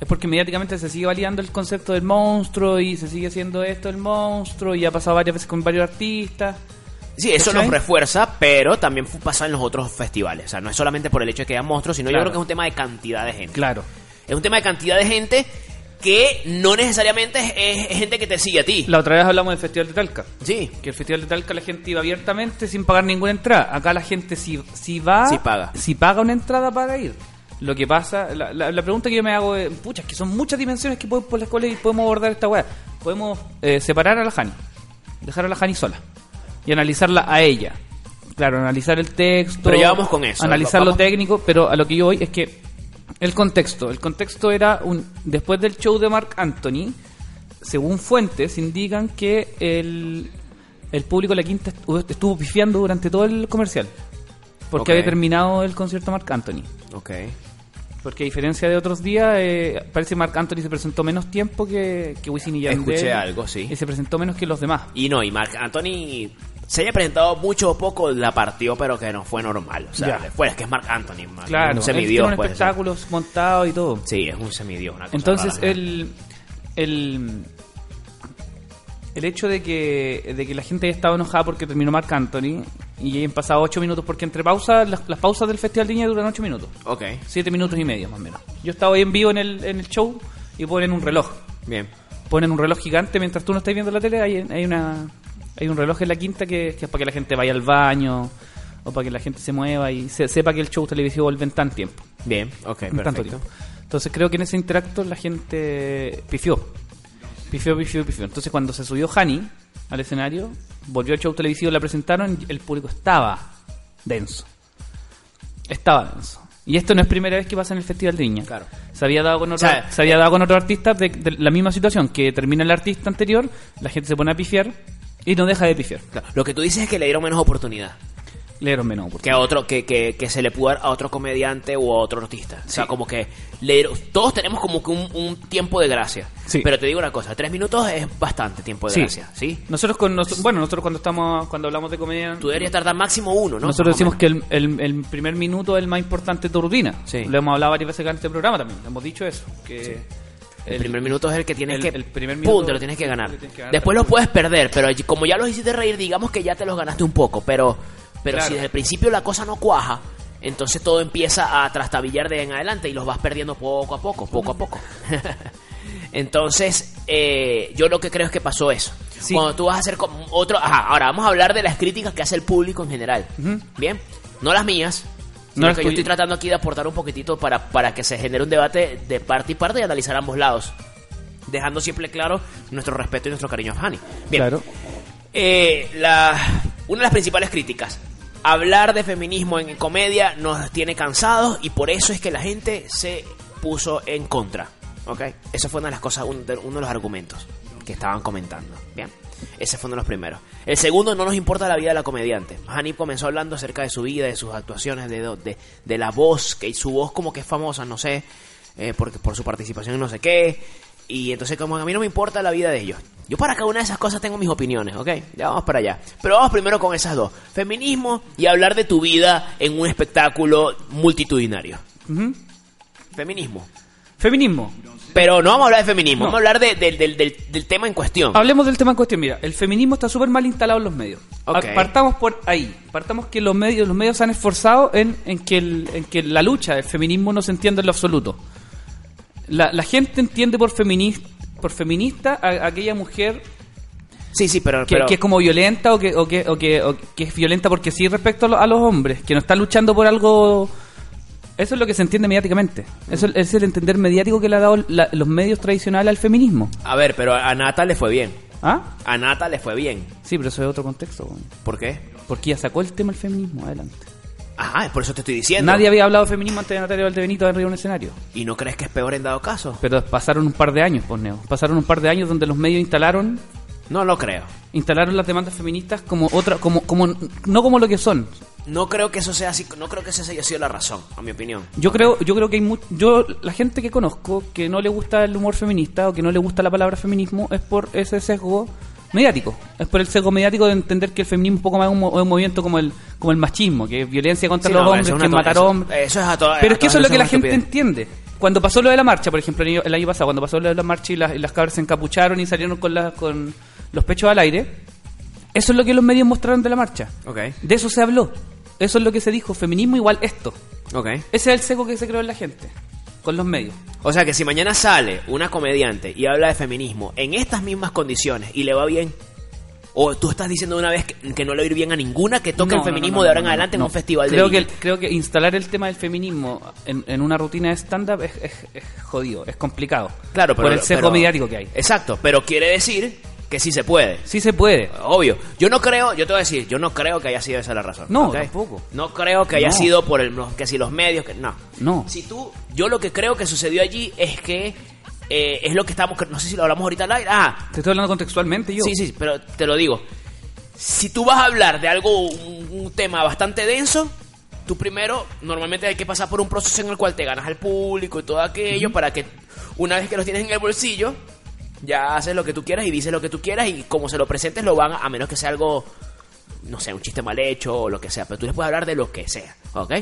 Speaker 1: es porque mediáticamente se sigue validando el concepto del monstruo y se sigue haciendo esto el monstruo y ha pasado varias veces con varios artistas.
Speaker 2: Sí, eso
Speaker 1: ¿Cachai?
Speaker 2: nos refuerza, pero también fu- pasa en los otros festivales. O sea, no es solamente por el hecho de que haya monstruos, sino yo
Speaker 1: Claro.
Speaker 2: creo que es un tema de cantidad de gente.
Speaker 1: Claro.
Speaker 2: Es un tema de cantidad de gente que no necesariamente es, es gente que te sigue a ti.
Speaker 1: La otra vez hablamos del Festival de Talca,
Speaker 2: Sí,
Speaker 1: que el Festival de Talca la gente iba abiertamente sin pagar ninguna entrada. Acá la gente si si va
Speaker 2: Sí paga.
Speaker 1: si paga una entrada para ir. Lo que pasa, la, la- la pregunta que yo me hago es, pucha, es que son muchas dimensiones que po- por las cuales podemos abordar esta weá. Podemos eh, separar a la Hani, dejar a la Hani sola y analizarla a ella. Claro, analizar el texto.
Speaker 2: Pero ya vamos con eso.
Speaker 1: Analizar
Speaker 2: Vamos.
Speaker 1: lo técnico, pero a lo que yo voy es que el contexto, el contexto era un después del show de Mark Anthony, según fuentes indican que el, el público de la quinta estuvo, estuvo pifiando durante todo el comercial. Porque
Speaker 2: Ok.
Speaker 1: había terminado el concierto Mark Anthony.
Speaker 2: Ok.
Speaker 1: Porque a diferencia de otros días, eh, parece que Mark Anthony se presentó menos tiempo que, que Wisin y Yandel.
Speaker 2: Escuché algo, sí.
Speaker 1: Y se presentó menos que los demás.
Speaker 2: Y no, y Marc Anthony se haya presentado mucho o poco, la partió, pero que no fue normal. O sea,
Speaker 1: Ya.
Speaker 2: fue, es que es Marc Anthony. man,
Speaker 1: Claro,
Speaker 2: un
Speaker 1: él tiene
Speaker 2: semidios.
Speaker 1: un
Speaker 2: pues, o sea.
Speaker 1: espectáculos montados y todo.
Speaker 2: Sí, es un semidios. Una cosa
Speaker 1: Entonces,
Speaker 2: rara, ¿no?
Speaker 1: el, el, el hecho de que, de que la gente haya estado enojada porque terminó Marc Anthony y hayan pasado 8 minutos, porque entre pausas, las, las pausas del Festival de Viña duran 8 minutos,
Speaker 2: Ok,
Speaker 1: 7 minutos y medio más o menos. Yo estaba ahí en vivo en el, en el show y ponen un reloj.
Speaker 2: bien.
Speaker 1: Ponen un reloj gigante mientras tú no estás viendo la tele, hay, hay, una, hay un reloj en la quinta que, que es para que la gente vaya al baño o para que la gente se mueva y se- sepa que el show televisivo vuelve en tan tiempo
Speaker 2: Bien, ok,
Speaker 1: en tanto
Speaker 2: perfecto.
Speaker 1: tiempo. Entonces creo que en ese interacto la gente pifió. Pifió, pifió, pifió. Entonces cuando se subió Hani al escenario, volvió al show televisivo, la presentaron, y el público estaba denso. Estaba denso. Y esto no es primera vez que pasa en el Festival de Viña.
Speaker 2: Claro.
Speaker 1: Se había dado con otro,
Speaker 2: O sea, eh,
Speaker 1: se había dado con otro artista de, de la misma situación, que termina el artista anterior, la gente se pone a pifiar y no deja de pifiar.
Speaker 2: Claro, Lo que tú dices es que le dieron menos oportunidad
Speaker 1: Le dieron menos oportunidad.
Speaker 2: que a otro que, que, que se le pudo dar a otro comediante o a otro artista. O sea,
Speaker 1: Sí.
Speaker 2: como que le dieron- todos tenemos como que un, un tiempo de gracia.
Speaker 1: Sí.
Speaker 2: Pero te digo una cosa, tres minutos es bastante tiempo de
Speaker 1: Sí.
Speaker 2: gracia, ¿sí?
Speaker 1: Nosotros con nos- bueno, nosotros cuando estamos cuando hablamos de comedia
Speaker 2: Tú deberías tardar máximo uno, ¿no?
Speaker 1: Nosotros
Speaker 2: Más
Speaker 1: decimos
Speaker 2: o
Speaker 1: que el, el- el primer minuto es el más importante de tu rutina.
Speaker 2: Sí.
Speaker 1: Lo hemos hablado varias veces acá en este programa también. Hemos dicho eso. Que
Speaker 2: El, primer minuto es el que tienes
Speaker 1: el-
Speaker 2: que.
Speaker 1: el primer
Speaker 2: pum,
Speaker 1: minuto
Speaker 2: te lo tienes que ganar.
Speaker 1: lo tienes que ganar.
Speaker 2: Después los puedes perder, pero allí- como ya los hiciste reír, digamos que ya te los ganaste un poco. Pero, pero
Speaker 1: Claro.
Speaker 2: si desde el principio la cosa no cuaja, entonces todo empieza a trastabillar de en adelante y los vas perdiendo poco a poco, poco a poco. entonces, eh, yo lo que creo es que pasó eso.
Speaker 1: Sí.
Speaker 2: Cuando tú vas a hacer como otro. Ajá, ahora vamos a hablar de las críticas que hace el público en general. Bien, no las mías.
Speaker 1: No
Speaker 2: sino
Speaker 1: las
Speaker 2: que yo
Speaker 1: tuyas.
Speaker 2: estoy tratando aquí de aportar un poquitito para, para que se genere un debate de parte y parte y analizar ambos lados dejando siempre claro nuestro respeto y nuestro cariño a Hani. Bien,
Speaker 1: Claro.
Speaker 2: eh, la, una de las principales críticas, hablar de feminismo en comedia nos tiene cansados y por eso es que la gente se puso en contra. ¿Ok? Esa fue una de las cosas, un- de- uno de los argumentos que estaban comentando. Bien. Ese fue uno de los primeros. El segundo, no nos importa la vida de la comediante. Hani comenzó hablando acerca de su vida, de sus actuaciones, de, do- de, de la voz, que su voz como que es famosa, no sé, eh, porque, por su participación en no sé qué. Y entonces como a mí no me importa la vida de ellos. Yo para cada una de esas cosas tengo mis opiniones, ¿ok? Ya vamos para allá. Pero vamos primero con esas dos. Feminismo y hablar de tu vida en un espectáculo multitudinario.
Speaker 1: Ujú.
Speaker 2: Feminismo.
Speaker 1: Feminismo.
Speaker 2: Pero no vamos a hablar de feminismo,
Speaker 1: No. Ah,
Speaker 2: vamos a hablar de- del- del- del, del tema en cuestión.
Speaker 1: Hablemos del tema en cuestión. Mira, el feminismo está súper mal instalado en los medios.
Speaker 2: Ok.
Speaker 1: A- Partamos por ahí. Partamos que los medios, los medios se han esforzado en, en que el- en que la lucha del feminismo no se entienda en lo absoluto. La, la gente entiende por, feminista por feminista a- a aquella mujer
Speaker 2: Sí, sí, pero...
Speaker 1: que,
Speaker 2: pero-
Speaker 1: que es como violenta o que, o que, o que, o que es violenta porque sí respecto a, lo- a los hombres, que no está luchando por algo... Eso es lo que se entiende mediáticamente. Eso es el entender mediático que le han dado la- los medios tradicionales al feminismo.
Speaker 2: A ver, pero a Nata le fue bien.
Speaker 1: ¿Ah?
Speaker 2: A Nata le fue bien.
Speaker 1: Sí, pero eso es otro contexto. weón.
Speaker 2: ¿Por qué?
Speaker 1: Porque ya sacó el tema del feminismo adelante.
Speaker 2: Ajá, es por eso te estoy diciendo.
Speaker 1: Nadie había hablado de feminismo antes de Natalia Valdebenito arriba de un escenario.
Speaker 2: ¿Y no crees que es peor en dado caso?
Speaker 1: Pero pasaron un par de años, pues, Neo. Pasaron un par de años donde los medios instalaron
Speaker 2: No lo creo.
Speaker 1: instalaron las demandas feministas como otra como como no como lo que son
Speaker 2: No creo que eso sea así, no creo que esa haya sido la razón, a mi opinión.
Speaker 1: Yo creo, yo creo que hay mu- yo la gente que conozco que no le gusta el humor feminista o que no le gusta la palabra feminismo es por ese sesgo mediático, es por el sesgo mediático de entender que el feminismo es poco más un, mo- un movimiento como el como el machismo, que es violencia contra
Speaker 2: Sí,
Speaker 1: los
Speaker 2: no,
Speaker 1: hombres,
Speaker 2: eso es
Speaker 1: que es
Speaker 2: una to-
Speaker 1: matar
Speaker 2: eso-
Speaker 1: hombres.
Speaker 2: eso es a toda-
Speaker 1: Pero
Speaker 2: a
Speaker 1: es que eso
Speaker 2: todas
Speaker 1: es lo
Speaker 2: luces
Speaker 1: que la
Speaker 2: una
Speaker 1: gente entiende.
Speaker 2: estupidez.
Speaker 1: Cuando pasó lo de la marcha, por ejemplo, el año, el año pasado, cuando pasó lo de la marcha y las, y las cabras se encapucharon y salieron con la- con los pechos al aire, eso es lo que los medios mostraron de la marcha.
Speaker 2: Ok,
Speaker 1: De eso se habló. Eso es lo que se dijo, feminismo igual esto.
Speaker 2: ok.
Speaker 1: Ese es el seco que se creó en la gente, con los medios.
Speaker 2: O sea que si mañana sale una comediante y habla de feminismo en estas mismas condiciones y le va bien, ¿O tú estás diciendo de una vez que, que no le va a ir bien a ninguna, que toque
Speaker 1: No,
Speaker 2: el
Speaker 1: no, no,
Speaker 2: feminismo
Speaker 1: no,
Speaker 2: de ahora en
Speaker 1: no, no,
Speaker 2: adelante en
Speaker 1: no.
Speaker 2: un festival
Speaker 1: creo
Speaker 2: de
Speaker 1: que
Speaker 2: Viña?
Speaker 1: Creo que instalar el tema del feminismo en, en una rutina de stand-up es, es- es jodido, es complicado.
Speaker 2: Claro, pero...
Speaker 1: Por el sesgo
Speaker 2: pero-
Speaker 1: mediático que hay.
Speaker 2: Exacto, pero quiere decir que sí se puede.
Speaker 1: Sí se puede.
Speaker 2: Obvio. Yo no creo, yo te voy a decir, yo no creo que haya sido esa la razón.
Speaker 1: No,
Speaker 2: ¿ok?
Speaker 1: tampoco.
Speaker 2: No creo que haya
Speaker 1: No.
Speaker 2: sido por el, los- que si los medios, que no.
Speaker 1: No.
Speaker 2: Si tú, yo lo que creo que sucedió allí es que eh, es lo que estamos, no sé si lo hablamos ahorita al aire. Ah,
Speaker 1: Te estoy hablando contextualmente yo.
Speaker 2: sí, sí, pero te lo digo. Si tú vas a hablar de algo, un, un tema bastante denso, tú primero normalmente hay que pasar por un proceso en el cual te ganas al público y todo aquello para que una vez que los tienes en el bolsillo, ya haces lo que tú quieras y dices lo que tú quieras y como se lo presentes lo van a, a menos que sea algo, no sé, un chiste mal hecho o lo que sea, pero tú les puedes hablar de lo que sea, ¿ok?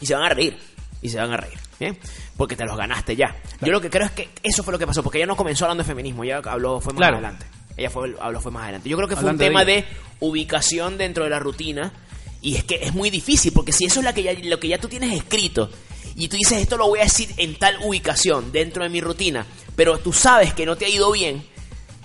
Speaker 2: Y se van a reír, y se van a reír, ¿bien? Porque te los ganaste ya. Yo lo que creo es que eso fue lo que pasó, porque ella no comenzó hablando de feminismo, ella habló, fue más
Speaker 1: Claro.
Speaker 2: adelante. Ella fue, habló fue más adelante. Yo creo que fue
Speaker 1: Hablando
Speaker 2: un
Speaker 1: de
Speaker 2: tema
Speaker 1: ella.
Speaker 2: de ubicación dentro de la rutina. Y es que es muy difícil, porque si eso es la que ya, lo que ya tú tienes escrito, y tú dices esto lo voy a decir en tal ubicación, dentro de mi rutina, pero tú sabes que no te ha ido bien,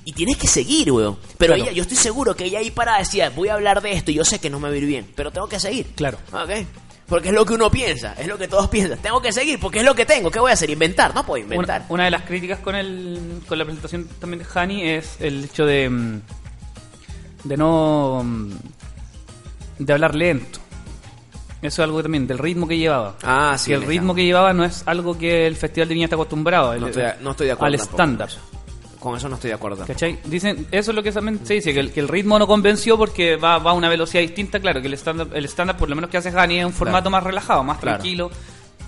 Speaker 2: y tienes que seguir, weón. Pero
Speaker 1: Claro.
Speaker 2: ella, yo estoy seguro que ella ahí parada decía, voy a hablar de esto, y yo sé que no me va a ir bien, pero tengo que seguir. Ah,
Speaker 1: Claro.
Speaker 2: Ok. Porque es lo que uno piensa, es lo que todos piensan. Tengo que seguir, porque es lo que tengo. ¿Qué voy a hacer? Inventar, no puedo inventar.
Speaker 1: Una, una de las críticas con el, con la presentación también de Hani es el hecho de, mm, de no mm, de hablar lento. Eso es algo también del ritmo que llevaba.
Speaker 2: Ah, sí,
Speaker 1: Que el
Speaker 2: le
Speaker 1: ritmo
Speaker 2: estamos.
Speaker 1: que llevaba no es algo que el Festival de Viña está acostumbrado.
Speaker 2: No
Speaker 1: el-
Speaker 2: estoy, no estoy de acuerdo.
Speaker 1: Al
Speaker 2: tampoco.
Speaker 1: estándar.
Speaker 2: Con eso no estoy de acuerdo.
Speaker 1: ¿Cachai? Dicen, eso es lo que también se dice, que el, que el ritmo no convenció porque va, va a una velocidad distinta. Claro, que el estándar, el estándar por lo menos que hace Hani, es un formato más relajado, más
Speaker 2: Claro.
Speaker 1: tranquilo.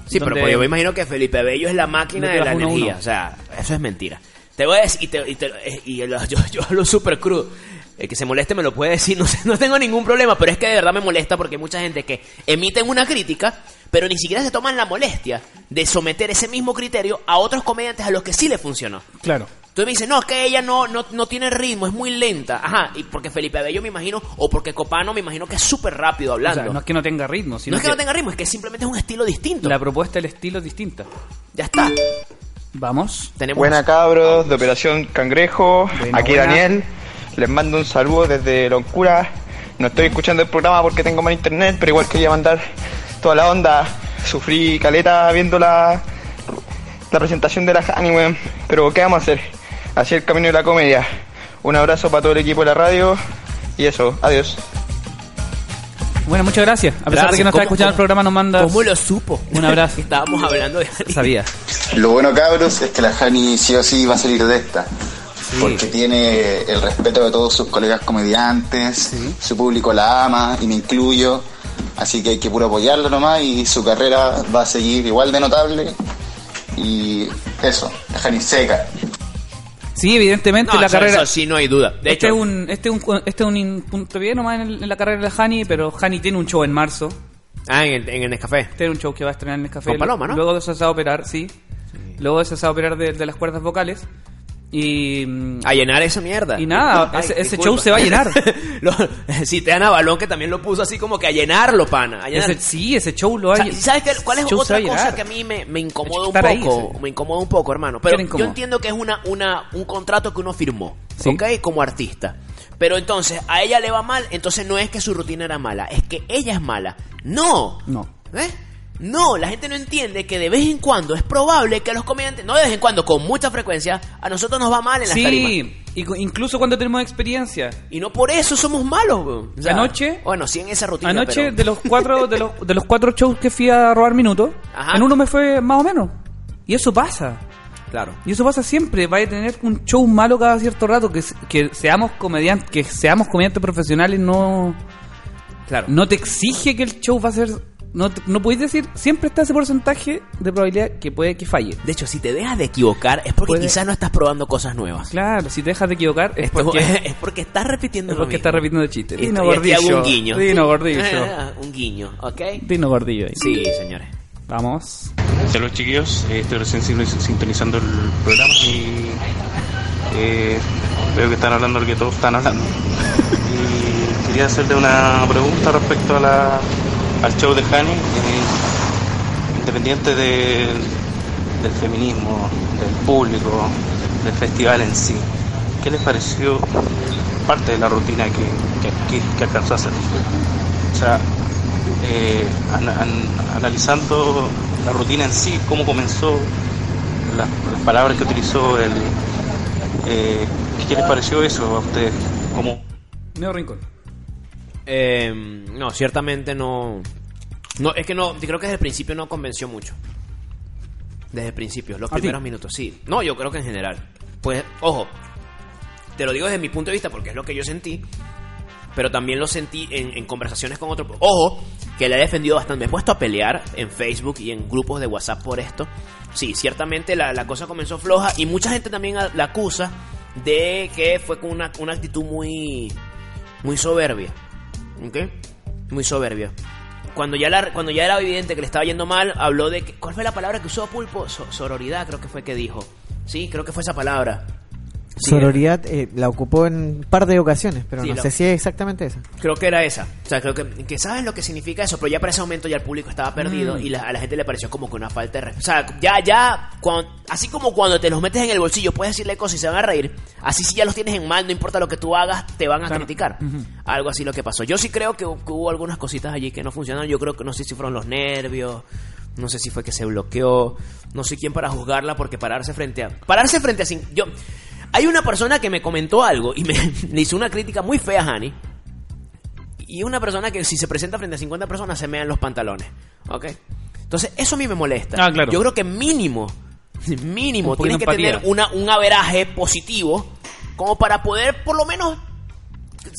Speaker 2: Sí, pero
Speaker 1: donde-
Speaker 2: pues, yo me imagino que Felipe Bello es la máquina
Speaker 1: Le
Speaker 2: de la
Speaker 1: pegas uno a
Speaker 2: energía.
Speaker 1: uno.
Speaker 2: O sea, eso es mentira. Te voy a decir, y, te- y te- eh, y lo- yo, yo hablo súper crudo. El que se moleste me lo puede decir, no, sé, no tengo ningún problema, pero es que de verdad me molesta porque hay mucha gente que emiten una crítica, pero ni siquiera se toman la molestia de someter ese mismo criterio a otros comediantes a los que sí le funcionó.
Speaker 1: Claro.
Speaker 2: Entonces me dicen, no, es que ella no, no, no tiene ritmo, es muy lenta. Ajá, y porque Felipe Bello me imagino, o porque Copano me imagino que es súper rápido
Speaker 1: O
Speaker 2: hablando.
Speaker 1: sea,
Speaker 2: no
Speaker 1: no es que no tenga ritmo, sino
Speaker 2: es que no tenga ritmo, es que simplemente es un estilo distinto.
Speaker 1: La propuesta, el estilo es distinta.
Speaker 2: Ya está.
Speaker 1: Vamos.
Speaker 2: Tenemos
Speaker 4: Buena cabros de Operación Cangrejo,
Speaker 1: Buena,
Speaker 4: aquí
Speaker 1: buena.
Speaker 4: Daniel, les mando un saludo desde Loncura, no estoy escuchando el programa porque tengo mal internet, pero igual quería mandar toda la onda, sufrí caleta viendo la, la presentación de la Hani, weón. pero ¿qué vamos a hacer? Hacia el camino de la comedia, un abrazo para todo el equipo de la radio y eso, adiós.
Speaker 1: Bueno, muchas gracias. A pesar de que no estás
Speaker 2: ¿Cómo-
Speaker 1: escuchando el
Speaker 2: cómo-
Speaker 1: programa, nos manda.
Speaker 2: ¿Cómo lo supo?
Speaker 1: Un abrazo.
Speaker 2: Estábamos hablando de
Speaker 1: Sabía.
Speaker 5: Lo bueno, cabros, es que la Jani sí o sí va a salir de esta. Porque tiene el respeto de todos sus colegas comediantes, su público la ama y me incluyo. Así que hay que puro apoyarlo nomás y su carrera va a seguir igual de notable. Y eso, la Jani seca.
Speaker 1: Sí, evidentemente
Speaker 2: No,
Speaker 1: la
Speaker 2: eso-
Speaker 1: carrera.
Speaker 2: eso sí, no hay duda. De
Speaker 1: este,
Speaker 2: hecho,
Speaker 1: es un, este, es un, este es un in- punto bien nomás en, el- en la carrera de Hani, pero Hani tiene un show en marzo.
Speaker 2: ah, en el, en el Nescafé.
Speaker 1: Tiene un show que va a estrenar en el café.
Speaker 2: Con Paloma, ¿no?
Speaker 1: Luego se va a operar, sí. Luego se va a operar de, de las cuerdas vocales. Y. mm,
Speaker 2: A llenar esa mierda.
Speaker 1: Y nada, ese- ese show se va a llenar.
Speaker 2: Lo- si te dan a balón que también lo puso así como que a llenarlo, pana. A llenar.
Speaker 1: ese- sí, ese show lo
Speaker 2: O
Speaker 1: hay.
Speaker 2: sea, ¿Sabes qué? cuál es
Speaker 1: ese show se va
Speaker 2: otra
Speaker 1: a
Speaker 2: cosa
Speaker 1: llenar.
Speaker 2: que a mí me, me
Speaker 1: Hay que
Speaker 2: incomoda un
Speaker 1: estar ahí,
Speaker 2: poco?
Speaker 1: sí.
Speaker 2: me incomoda un poco, hermano.
Speaker 1: ¿Qué
Speaker 2: Pero
Speaker 1: le
Speaker 2: yo
Speaker 1: incomoda?
Speaker 2: entiendo que es una, una, un contrato que uno firmó,
Speaker 1: Sí.
Speaker 2: ¿ok? Como artista. Pero entonces, a ella le va mal, entonces no es que su rutina era mala, es que ella es mala. ¡No!
Speaker 1: No.
Speaker 2: ¿Ves? No, la gente no entiende que de vez en cuando es probable que a los comediantes, no de vez en cuando, con mucha frecuencia, a nosotros nos va mal en las tarimas.
Speaker 1: Sí, y cu- incluso cuando tenemos experiencia.
Speaker 2: Y no por eso somos malos, weón. O sea,
Speaker 1: Anoche-
Speaker 2: Bueno, sí en esa rutina.
Speaker 1: Anoche
Speaker 2: pero-
Speaker 1: de los cuatro de los, de los cuatro shows que fui a robar minutos,
Speaker 2: Ajá.
Speaker 1: en uno me fue más o menos. Y eso pasa.
Speaker 2: Claro.
Speaker 1: Y eso pasa siempre. Va a tener un show malo cada cierto rato que, se- que seamos comediantes, que seamos comediantes profesionales no
Speaker 2: Claro.
Speaker 1: no te exige que el show va a ser no te- no podéis decir siempre está ese porcentaje de probabilidad que puede que falle.
Speaker 2: De hecho, si te dejas de equivocar es porque
Speaker 1: Puede-
Speaker 2: quizás no estás probando cosas nuevas.
Speaker 1: Claro, si te dejas de equivocar es
Speaker 2: Esto-
Speaker 1: porque es
Speaker 2: es porque estás repitiendo lo
Speaker 1: porque estás
Speaker 2: mismo.
Speaker 1: repitiendo chistes.
Speaker 2: Y-
Speaker 1: Dino
Speaker 2: y aquí hago
Speaker 1: gordillo.
Speaker 2: un guiño.
Speaker 1: Dino gordillo.
Speaker 2: Ah, un guiño, ¿ok?
Speaker 1: Dino gordillo. ahí.
Speaker 2: Sí, señores.
Speaker 1: Vamos.
Speaker 6: Saludos chiquillos, Eh, estoy recién sin- sintonizando el programa y eh, veo que están hablando lo que todos están hablando. Y quería hacerle una pregunta respecto a la, al show de Hani, eh, independiente de- del feminismo, del público, del festival en sí. ¿Qué les pareció parte de la rutina que, que, que- que alcanzó a hacer. O sea, eh, an- an- analizando la rutina en sí, cómo comenzó, las, las palabras que utilizó, el, eh, ¿qué les pareció eso a ustedes? ¿Cómo?
Speaker 1: Medio rincón.
Speaker 2: Eh, no, ciertamente no. No, es que no, creo que desde el principio no convenció mucho. Desde el principio, los
Speaker 1: ¿A ti?
Speaker 2: primeros minutos, sí. No, yo creo que en general. Pues, ojo, te lo digo desde mi punto de vista porque es lo que yo sentí, pero también lo sentí en, en conversaciones con otro. Ojo, que la he defendido bastante. Me he puesto a pelear en Facebook y en grupos de WhatsApp por esto. Sí, ciertamente la, la cosa comenzó floja y mucha gente también a- la acusa de que fue con una, una actitud muy, muy soberbia. ¿Ok? Muy soberbia. Cuando ya, la, cuando ya era evidente que le estaba yendo mal, habló de... que- ¿Cuál fue la palabra que usó Pulpo? So- sororidad creo que fue que dijo. Sí, creo que fue esa palabra. Sí,
Speaker 7: Sororidad eh, la ocupó en un par de ocasiones, pero
Speaker 2: Sí,
Speaker 7: no
Speaker 2: la-
Speaker 7: sé si es exactamente esa.
Speaker 2: Creo que era esa. O sea, creo que, que sabes lo que significa eso, pero ya para ese momento ya el público estaba perdido y la- a la gente le pareció como que una falta de respeto. O sea, ya, ya, cuan- así como cuando te los metes en el bolsillo puedes decirle cosas y se van a reír, así si ya los tienes en mal, no importa lo que tú hagas, te van a
Speaker 1: Claro.
Speaker 2: criticar. Algo así lo que pasó. Yo sí creo que, hu- que hubo algunas cositas allí que no funcionaron. Yo creo que no sé si fueron los nervios, no sé si fue que se bloqueó, no sé quién para juzgarla, porque pararse frente a. Pararse frente a. cin- Yo, hay una persona que me comentó algo y me le hizo una crítica muy fea a Hani. Y una persona que si se presenta frente a 50 personas se mean los pantalones. ¿Ok? Entonces, eso a mí me molesta.
Speaker 1: Ah, claro.
Speaker 2: Yo creo que mínimo,
Speaker 1: Un
Speaker 2: mínimo,
Speaker 1: poquito de
Speaker 2: tiene que
Speaker 1: empatía.
Speaker 2: tener una, un averaje positivo como para poder, por lo menos,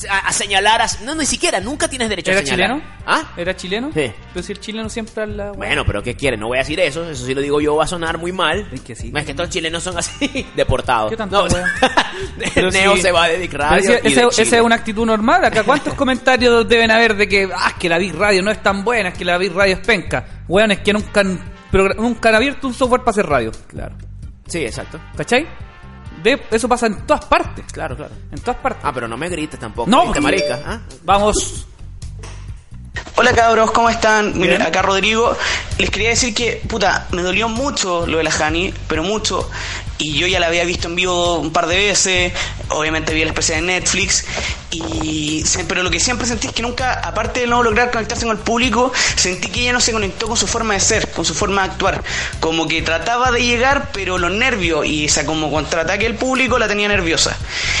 Speaker 2: a, a señalar. A, no, ni siquiera, nunca tienes derecho
Speaker 1: ¿Era
Speaker 2: a señalar.
Speaker 1: chileno?
Speaker 2: ¿Ah?
Speaker 1: ¿Era chileno?
Speaker 2: Sí.
Speaker 1: Pero si el chileno siempre está en la...
Speaker 2: Bueno, pero ¿qué quiere? No voy a decir eso. Eso sí lo digo yo, va a sonar muy mal.
Speaker 1: Es que sí.
Speaker 2: No, es que estos chilenos son así, deportados.
Speaker 1: ¿Qué tanto,
Speaker 2: No,
Speaker 1: weón? Pero
Speaker 2: Neo
Speaker 1: sí.
Speaker 2: se va de Big
Speaker 1: Pero
Speaker 2: Radio.
Speaker 1: ese-
Speaker 2: y de
Speaker 1: ese-
Speaker 2: Chile.
Speaker 1: esa es una actitud normal. Acá, ¿cuántos comentarios deben haber de que, ah, es que la Big Radio no es tan buena, es que la Big Radio es penca? Weón, es que nunca han, progra- nunca han abierto un software para hacer radio. Claro.
Speaker 2: Sí, exacto.
Speaker 1: ¿Cachai? De, eso pasa en todas partes.
Speaker 2: Claro, claro.
Speaker 1: En todas partes.
Speaker 2: Ah, pero no me grites tampoco.
Speaker 1: No, porque-
Speaker 2: ¿viste, marica. ¿Ah?
Speaker 1: Vamos.
Speaker 8: Hola cabros, ¿cómo están? Miren,
Speaker 1: Bien.
Speaker 8: acá Rodrigo. Les quería decir que, puta, me dolió mucho lo de la Hani, pero mucho. Y yo ya la había visto en vivo un par de veces. Obviamente vi la especie de Netflix. Y, se- pero lo que siempre sentí es que nunca, aparte de no lograr conectarse con el público, sentí que ella no se conectó con su forma de ser, con su forma de actuar. Como que trataba de llegar, pero los nervios y esa como contraataque del público la tenía nerviosa.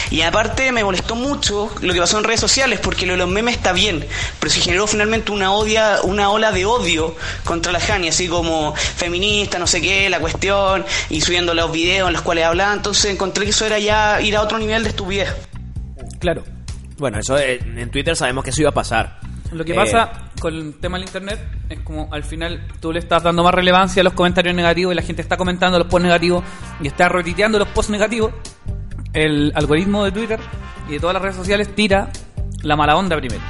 Speaker 8: Y aparte me molestó mucho lo que pasó en redes sociales, porque lo de los memes está bien, pero se generó finalmente una odia, una ola de odio contra la Jani, así como feminista, no sé qué, la cuestión, y subiendo los videos en los cuales hablaba, entonces encontré que eso era ya ir a otro nivel de estupidez.
Speaker 1: Claro.
Speaker 2: Bueno, eso eh, en Twitter sabemos que eso iba a pasar.
Speaker 1: Lo que
Speaker 2: Eh,
Speaker 1: pasa con el tema del internet es como al final tú le estás dando más relevancia a los comentarios negativos y la gente está comentando los posts negativos y está retuiteando los posts negativos. El algoritmo de Twitter y de todas las redes sociales tira la mala onda primero.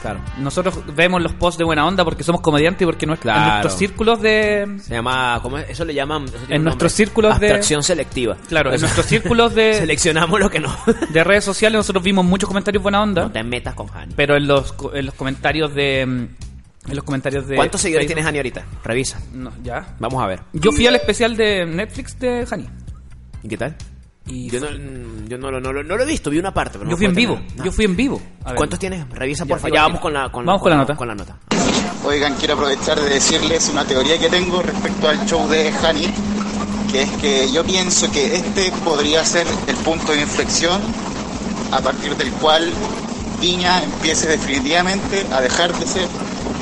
Speaker 2: Claro.
Speaker 1: Nosotros vemos los posts de buena onda porque somos comediantes y porque nuestro- en
Speaker 2: Claro.
Speaker 1: nuestros círculos de.
Speaker 2: Se llama, ¿cómo es? Eso le llaman. eso tiene
Speaker 1: En
Speaker 2: un
Speaker 1: nuestros
Speaker 2: nombre.
Speaker 1: círculos de-
Speaker 2: Abstracción selectiva.
Speaker 1: Claro, en
Speaker 2: Eso.
Speaker 1: nuestros círculos de,
Speaker 2: Seleccionamos lo que no.
Speaker 1: de redes sociales nosotros vimos muchos comentarios buena onda,
Speaker 2: No te metas con Hani.
Speaker 1: pero en los, co- en los comentarios de. mm, En los comentarios de.
Speaker 2: ¿Cuántos seguidores
Speaker 1: Facebook-
Speaker 2: tienes, Hani, ahorita? Revisa.
Speaker 1: No, ya.
Speaker 2: Vamos a ver.
Speaker 1: Yo fui al especial de Netflix de Hani.
Speaker 2: ¿Y qué tal?
Speaker 1: Y
Speaker 2: yo no, mm, yo no, lo- no lo- no lo he visto, vi una parte. Pero
Speaker 1: yo
Speaker 2: no
Speaker 1: fui en
Speaker 2: puedo
Speaker 1: vivo.
Speaker 2: tener- no.
Speaker 1: Yo fui en vivo. A ver.
Speaker 2: ¿Cuántos tienes? Revisa,
Speaker 1: Ya,
Speaker 2: por favor.
Speaker 1: digo,
Speaker 2: Ya
Speaker 1: aquí.
Speaker 2: vamos con la, con,
Speaker 1: Vamos con la nota.
Speaker 2: Con la nota.
Speaker 5: Oigan, quiero aprovechar de decirles una teoría que tengo respecto al show de Hani, que es que yo pienso que este podría ser el punto de inflexión a partir del cual Viña empiece definitivamente a dejar de ser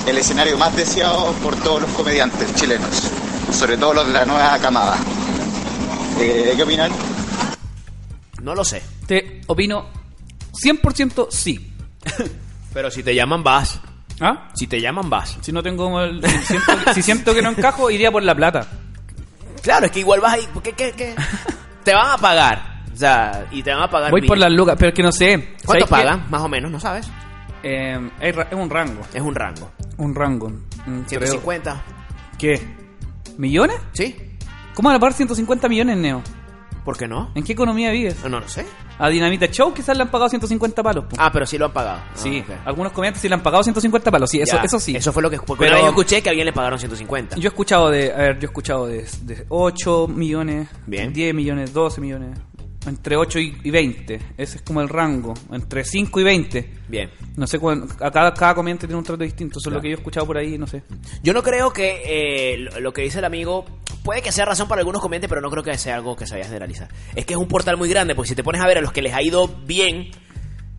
Speaker 5: el escenario más deseado por todos los comediantes chilenos, sobre todo los de la nueva camada. Eh, ¿Qué opinan?
Speaker 2: No lo sé.
Speaker 1: Te opino 100% sí.
Speaker 2: Pero si te llaman, vas.
Speaker 1: ¿Ah?
Speaker 2: Si te llaman, vas.
Speaker 1: Si no tengo el- si siento, que- si siento que no encajo, iría por la plata.
Speaker 2: Claro, es que igual vas ahí. ¿Qué, qué, qué? te van a pagar. O sea, y te van a pagar.
Speaker 1: Voy por
Speaker 2: mínimo.
Speaker 1: las lucas, pero es que no sé.
Speaker 2: ¿Cuánto
Speaker 1: ¿Sabes
Speaker 2: pagan? Más o menos, ¿no sabes?
Speaker 1: qué? Eh, hay ra- es un rango.
Speaker 2: Es un rango.
Speaker 1: Un rango. Mm, creo.
Speaker 2: 150.
Speaker 1: ¿Qué? ¿Millones?
Speaker 2: ¿Sí?
Speaker 1: ¿Cómo van a pagar 150 millones, Neo?
Speaker 2: ¿Por qué no?
Speaker 1: ¿En qué economía vives?
Speaker 2: No, no lo sé.
Speaker 1: A Dinamita Show quizás le han pagado 150 palos. po.
Speaker 2: Ah, pero sí lo han pagado. Ah,
Speaker 1: sí,
Speaker 2: ok.
Speaker 1: algunos comediantes sí le han pagado 150 palos. Sí, eso,
Speaker 2: Ya.
Speaker 1: eso sí.
Speaker 2: Eso fue lo que. Porque
Speaker 1: Pero-
Speaker 2: una vez yo escuché que a alguien le pagaron 150.
Speaker 1: Yo he escuchado de, a ver, yo he escuchado de, de 8 millones,
Speaker 2: Bien.
Speaker 1: 10 millones, 12 millones. Entre 8 y y 20. Ese es como el rango. Entre 5 y 20.
Speaker 2: Bien.
Speaker 1: No sé, cuán- a cada, cada comediante tiene un trato distinto. Eso es
Speaker 2: Claro.
Speaker 1: lo que yo he escuchado por ahí, no sé.
Speaker 2: Yo no creo que eh, lo- lo que dice el amigo puede que sea razón para algunos comentes, pero no creo que sea algo que se vaya a generalizar. Es que es un portal muy grande, porque si te pones a ver a los que les ha ido bien,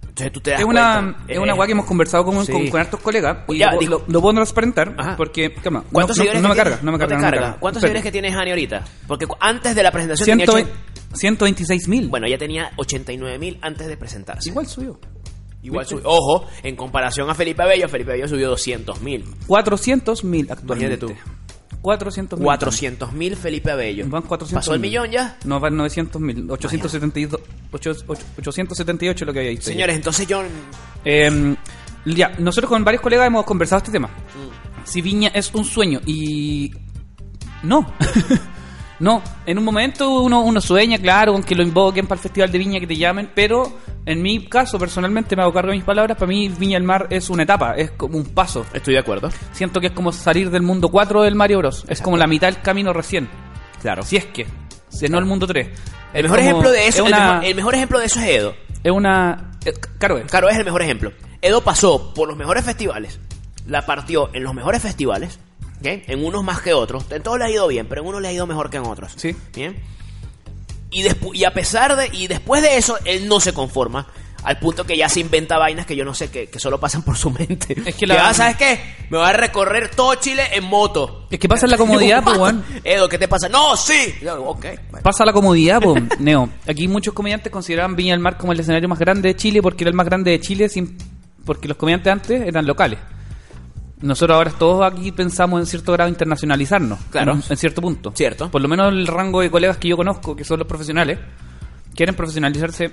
Speaker 2: entonces tú te das
Speaker 1: Es una,
Speaker 2: cuenta.
Speaker 1: es
Speaker 2: Eh,
Speaker 1: una weá que hemos conversado con,
Speaker 2: sí.
Speaker 1: con, con hartos colegas. Y
Speaker 2: Ya,
Speaker 1: lo,
Speaker 2: digo-
Speaker 1: lo- lo puedo transparentar
Speaker 2: Ajá.
Speaker 1: porque, calma,
Speaker 2: ¿Cuántos
Speaker 1: no, no,
Speaker 2: seguidores
Speaker 1: no me
Speaker 2: que
Speaker 1: carga,
Speaker 2: tienes?
Speaker 1: no me carga,
Speaker 2: te
Speaker 1: no me
Speaker 2: carga.
Speaker 1: carga.
Speaker 2: ¿Cuántos
Speaker 1: Espera.
Speaker 2: seguidores que tienes Hani ahorita? Porque cu- antes de la presentación tenía
Speaker 1: 120
Speaker 2: ochen-
Speaker 1: 126 mil.
Speaker 2: Bueno, ya tenía 89 mil antes de presentarse.
Speaker 1: Igual subió.
Speaker 2: Igual subió. Ojo, en comparación a Felipe Bello, Felipe Bello subió 200 mil.
Speaker 1: 400 mil actualmente.
Speaker 2: Imagínate
Speaker 1: 400 mil.
Speaker 2: 400 mil Felipe Abello.
Speaker 1: Van 400
Speaker 2: ¿Pasó el millón ya?
Speaker 1: No, van 900 mil. 872, ocho- ocho- 878 lo que había dicho.
Speaker 2: Señores, entonces yo...
Speaker 1: Eh, ya, nosotros con varios colegas hemos conversado este tema.
Speaker 2: Mm.
Speaker 1: Si Viña es un sueño y... No. no. En un momento uno, uno sueña, claro, con que lo invoquen para el Festival de Viña, que te llamen, pero en mi caso, personalmente, me hago cargo de mis palabras, para mí Viña del Mar es una etapa, es como un paso.
Speaker 2: Estoy de acuerdo.
Speaker 1: Siento que es como salir del mundo 4 del Mario Bros. Es como la mitad del camino recién.
Speaker 2: Claro.
Speaker 1: Si es que. Si no el mundo 3.
Speaker 2: El mejor ejemplo de eso,
Speaker 1: es
Speaker 2: el,
Speaker 1: una...
Speaker 2: mejor, el mejor ejemplo de eso es Edo.
Speaker 1: Es una... eh, Claro, es.
Speaker 2: Claro, es el mejor ejemplo. Edo pasó por los mejores festivales, la partió en los mejores festivales, ¿ok? en unos más que otros. En todos le ha ido bien, pero en unos le ha ido mejor que en otros.
Speaker 1: Sí.
Speaker 2: Bien. Y, despu- y a pesar de. Y después de eso, él no se conforma. Al punto que ya se inventa vainas que yo no sé que, que solo pasan por su mente.
Speaker 1: Es que la-
Speaker 2: va, ¿Sabes qué? Me va a recorrer todo Chile en moto.
Speaker 1: Es que pasa en la comodidad, pues, weón.
Speaker 2: Edo, ¿qué te pasa? No, sí. Yo, ok. bueno.
Speaker 1: Pasa la comodidad, po, Neo. Aquí muchos comediantes consideraban Viña del Mar como el escenario más grande de Chile porque era el más grande de Chile sin... porque los comediantes antes eran locales. Nosotros ahora todos aquí pensamos en cierto grado internacionalizarnos.
Speaker 2: Claro.
Speaker 1: En, en cierto punto.
Speaker 2: Cierto.
Speaker 1: Por lo menos el rango de colegas que yo conozco, que son los profesionales, quieren profesionalizarse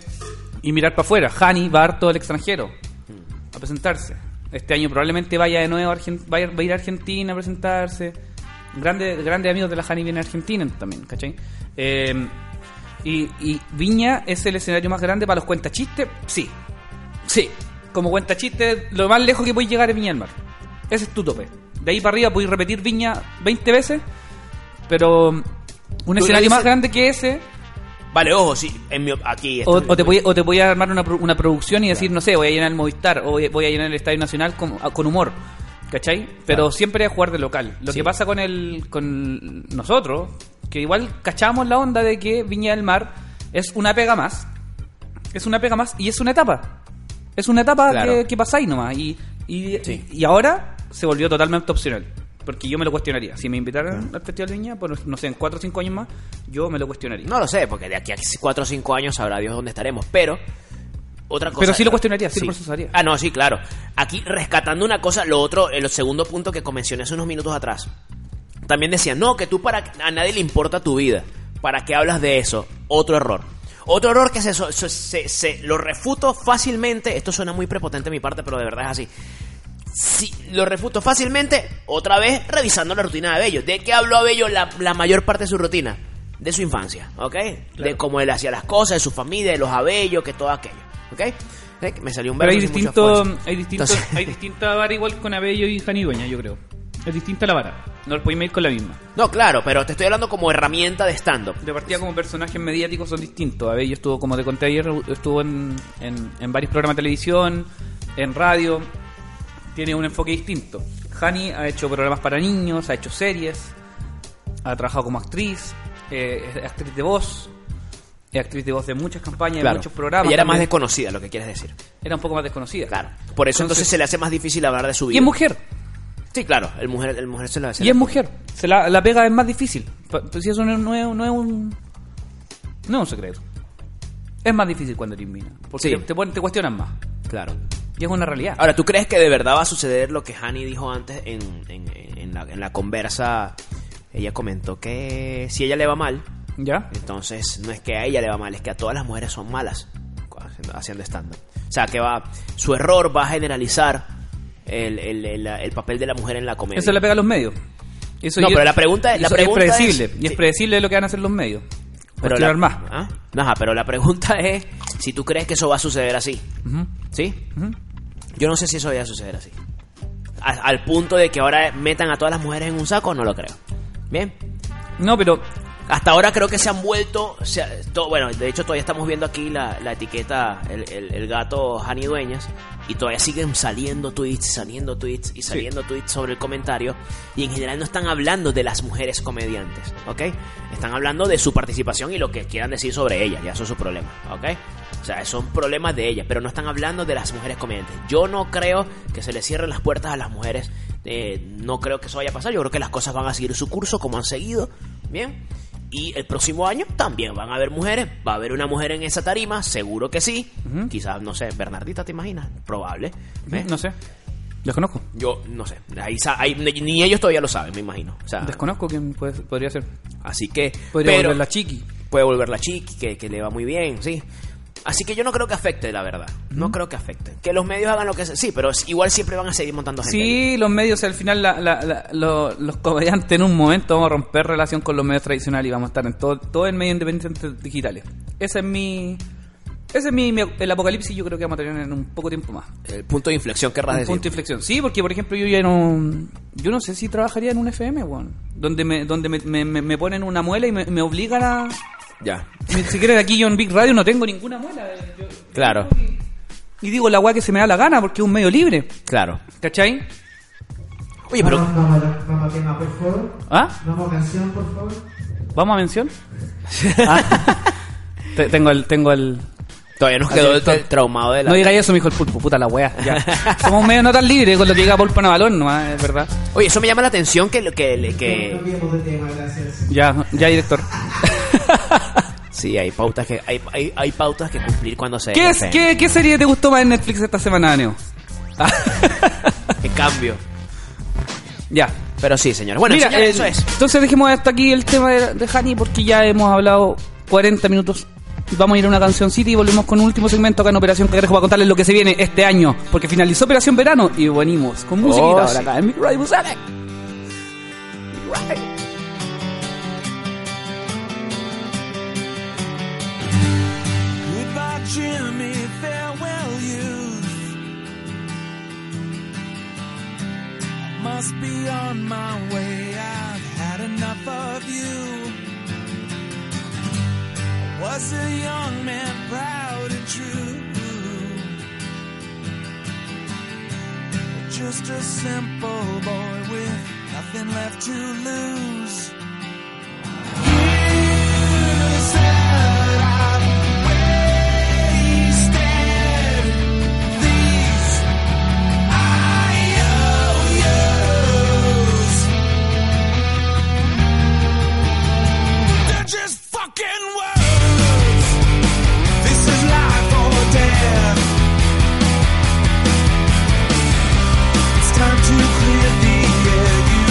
Speaker 1: y mirar para afuera. Hani va harto al extranjero a presentarse. Este año probablemente vaya de nuevo a, Argen- vaya- va a ir a Argentina a presentarse. Grandes grandes amigos de la Hani vienen a Argentina también, ¿cachai? Eh, y, y Viña es el escenario más grande para los cuentachistes, sí. Sí. Como cuentachistes, lo más lejos que podéis llegar es Viña del Mar. Ese es tu tope. De ahí para arriba podéis repetir Viña 20 veces, pero um, un
Speaker 2: le
Speaker 1: escenario
Speaker 2: dices-
Speaker 1: más grande que ese
Speaker 2: Vale, ojo, sí. En mi, op- aquí.
Speaker 1: o,
Speaker 2: esto-
Speaker 1: o te voy, o te voy a armar una, pro- una producción y decir, no sé, voy a llenar el Movistar o voy, voy a llenar el Estadio Nacional con, a- con humor. ¿Cachai? Pero siempre es jugar de local. Lo que pasa con el con nosotros, que igual cachamos la onda de que Viña del Mar es una pega más. Es una pega más y es una etapa. Es una etapa
Speaker 2: Claro.
Speaker 1: que, que pasáis nomás. Y, y,
Speaker 2: Sí.
Speaker 1: y ahora se volvió totalmente opcional. Porque yo me lo cuestionaría. Si me invitaran al Festival de Viña, por, no sé, en 4 o 5 años más, yo me lo cuestionaría.
Speaker 2: No lo sé, porque de aquí a 4 o 5 años sabrá Dios dónde estaremos, pero otra cosa.
Speaker 1: Pero sí lo cuestionaría, sí lo procesaría.
Speaker 2: Ah, no, sí, claro. Aquí rescatando una cosa, lo otro, el segundo punto que mencioné hace unos minutos atrás. También decían, no, que tú para a nadie le importa tu vida. ¿Para qué hablas de eso? Otro error. Otro error que se, se- se- se- lo refuto fácilmente. Esto suena muy prepotente de mi parte, pero de verdad es así. Sí, lo refuto fácilmente, otra vez revisando la rutina de Bello. ¿De qué habló Bello la, la mayor parte de su rutina? De su infancia, ¿ok? De cómo él hacía las cosas, de su familia, de los abellos, que todo aquello, ¿ok? Eh, que Me salió un
Speaker 1: Pero hay
Speaker 2: verbo sin mucha
Speaker 1: distinto,
Speaker 2: fuerza.
Speaker 1: hay distinto,
Speaker 2: Entonces-
Speaker 1: hay distinta vara igual con Abello y Janidueña, yo creo. Es distinta la vara. No lo podéis ir con la misma.
Speaker 2: No, claro, pero te estoy hablando como herramienta de stand-up.
Speaker 1: De partida como personajes mediáticos son distintos. Abello estuvo, como te conté ayer, estuvo en, en- en varios programas de televisión, en radio. Tiene un enfoque distinto. Hani ha hecho programas para niños, ha hecho series, ha trabajado como actriz, eh, es actriz de voz, es actriz de voz de muchas campañas, de
Speaker 2: Claro.
Speaker 1: muchos programas.
Speaker 2: Ella era más
Speaker 1: también.
Speaker 2: desconocida, lo que quieres decir.
Speaker 1: Era un poco más desconocida.
Speaker 2: Claro. Por eso entonces,
Speaker 1: Entonces-
Speaker 2: se le hace más difícil hablar de su vida.
Speaker 1: Y es mujer.
Speaker 2: Sí, claro. El mujer, el mujer se lo hace.
Speaker 1: Y es mujer. Se la, la pega es más difícil. Pa- Pues si eso no, no es, no es un. No es un secreto. Es más difícil cuando eres mina. Porque
Speaker 2: Sí. Ah,
Speaker 1: te, te ponen- te cuestionan más.
Speaker 2: Claro.
Speaker 1: Y es una realidad.
Speaker 2: Ahora, ¿tú crees que de verdad va a suceder lo que Hani dijo antes en, en- en- en la, en la conversa? Ella comentó que si ella le va mal,
Speaker 1: ¿Ya?
Speaker 2: entonces no es que a ella le va mal, es que a todas las mujeres son malas haciendo- haciendo stand-up. O sea, que va, su error va a generalizar el, el- el- el papel de la mujer en la comedia.
Speaker 1: Eso le pega a los medios. Eso
Speaker 2: No,
Speaker 1: yo-
Speaker 2: pero la pregunta- la
Speaker 1: eso
Speaker 2: pregunta
Speaker 1: es
Speaker 2: es-
Speaker 1: predecible. Y es
Speaker 2: sí.
Speaker 1: predecible lo que van a hacer los medios.
Speaker 2: pero
Speaker 1: Cuestionar
Speaker 2: la,
Speaker 1: más.
Speaker 2: ¿Ah? No, ajá, pero la pregunta es si tú crees que eso va a suceder así.
Speaker 1: Ujú.
Speaker 2: ¿Sí?
Speaker 1: Ujú.
Speaker 2: Yo no sé si eso vaya a suceder así. Al, al punto de que ahora metan a todas las mujeres en un saco, no lo creo. Bien.
Speaker 1: No, pero
Speaker 2: Hasta ahora creo que se han vuelto. se ha- to- bueno, de hecho, todavía estamos viendo aquí la, la etiqueta, el, el- el gato Jani Dueñas. Y todavía siguen saliendo tweets, saliendo tweets y saliendo tweets sobre el comentario. Y en general no están hablando de las mujeres comediantes, ¿ok? Están hablando de su participación y lo que quieran decir sobre ellas. Ya eso es su problema, ¿ok? O sea, son problemas de ellas, pero no están hablando de las mujeres comediantes. Yo no creo que se les cierren las puertas a las mujeres. eh, no creo que eso vaya a pasar. Yo creo que las cosas van a seguir su curso como han seguido. Bien. Y el próximo año también van a haber mujeres. Va a haber una mujer en esa tarima, seguro que sí. Quizás, no sé, Bernardita, ¿te imaginas? Probable. ¿Ves?
Speaker 1: No sé. Desconozco.
Speaker 2: Yo no sé. Ahí, sa- ahí- ni ellos todavía lo saben, me imagino. O sea,
Speaker 1: Desconozco quién puede- podría ser.
Speaker 2: así que.
Speaker 1: Podría
Speaker 2: Ah. pero-
Speaker 1: volver la chiqui.
Speaker 2: puede volver la chiqui, que, que le va muy bien, sí. Así que yo no creo que afecte, la verdad. No creo que afecte. Que los medios hagan lo que... se- Sí, pero es- igual siempre van a seguir montando gente. ahí.
Speaker 1: Sí, los medios, al final la- la- la- lo- los comediantes en un momento vamos a romper relación con los medios tradicionales y vamos a estar en todo, todo en medios independientes digitales. Ese es mi... Ese es mi, mi- el apocalipsis yo creo que vamos a tener en un poco tiempo más.
Speaker 2: El punto Ah, de inflexión querrás
Speaker 1: Un
Speaker 2: decir.
Speaker 1: punto de inflexión. Sí, porque por ejemplo yo ya no... Yo no sé si trabajaría en un FM, weón. Donde me, donde me, me- me- me ponen una muela y me, me obligan a...
Speaker 2: Ya.
Speaker 1: Ni siquiera aquí yo en Big Radio no tengo ninguna muela. Yo-
Speaker 2: Claro,
Speaker 1: y digo la weá que se me da la gana porque es un medio libre.
Speaker 2: claro.
Speaker 1: ¿Cachai?
Speaker 2: Oye, pero...
Speaker 9: Vamos, vamos tema, por favor.
Speaker 1: ¿Ah?
Speaker 9: Vamos canción, por favor.
Speaker 1: ¿Vamos a mención? Ah. Te- tengo el... Tengo el...
Speaker 2: Todavía nos quedó el, el traumado de la...
Speaker 1: No digáis eso, me dijo el pulpo. Puta la weá. Ya. Somos medio no tan libres con lo que diga pulpo Navalón, nomás, Ah, es verdad.
Speaker 2: Oye, eso me llama la atención que... lo- que, que...
Speaker 9: Cambiemos de tema, gracias.
Speaker 1: Ya, ya, director.
Speaker 2: Sí, hay pautas que hay, hay, hay pautas que cumplir cuando se...
Speaker 1: ¿Qué, es,
Speaker 2: se-
Speaker 1: qué, ¿Qué serie te gustó más en Netflix esta semana, Neo? Ah.
Speaker 2: que cambio.
Speaker 1: ya.
Speaker 2: Pero sí, señor. Bueno,
Speaker 1: Mira,
Speaker 2: señores,
Speaker 1: eh,
Speaker 2: eso es.
Speaker 1: entonces dejemos hasta aquí el tema de, de Hani porque ya hemos hablado 40 minutos. Vamos a ir a una canción City y volvemos con un último segmento acá en Operación Cangrejo para contarles lo que se viene este año. Porque finalizó Operación Verano y venimos con musiquita
Speaker 2: Oh,
Speaker 1: ahora
Speaker 2: sí.
Speaker 1: acá en Big Radio Busanec.
Speaker 10: Goodbye, Jimmy. Farewell, youth. Must be on my way. I've had enough of you. I was a young man, proud and true. Just a simple boy with nothing left to lose. You said I've wasted these IOUs. They're just fucking words. This is life or death. It's time to clear the air. You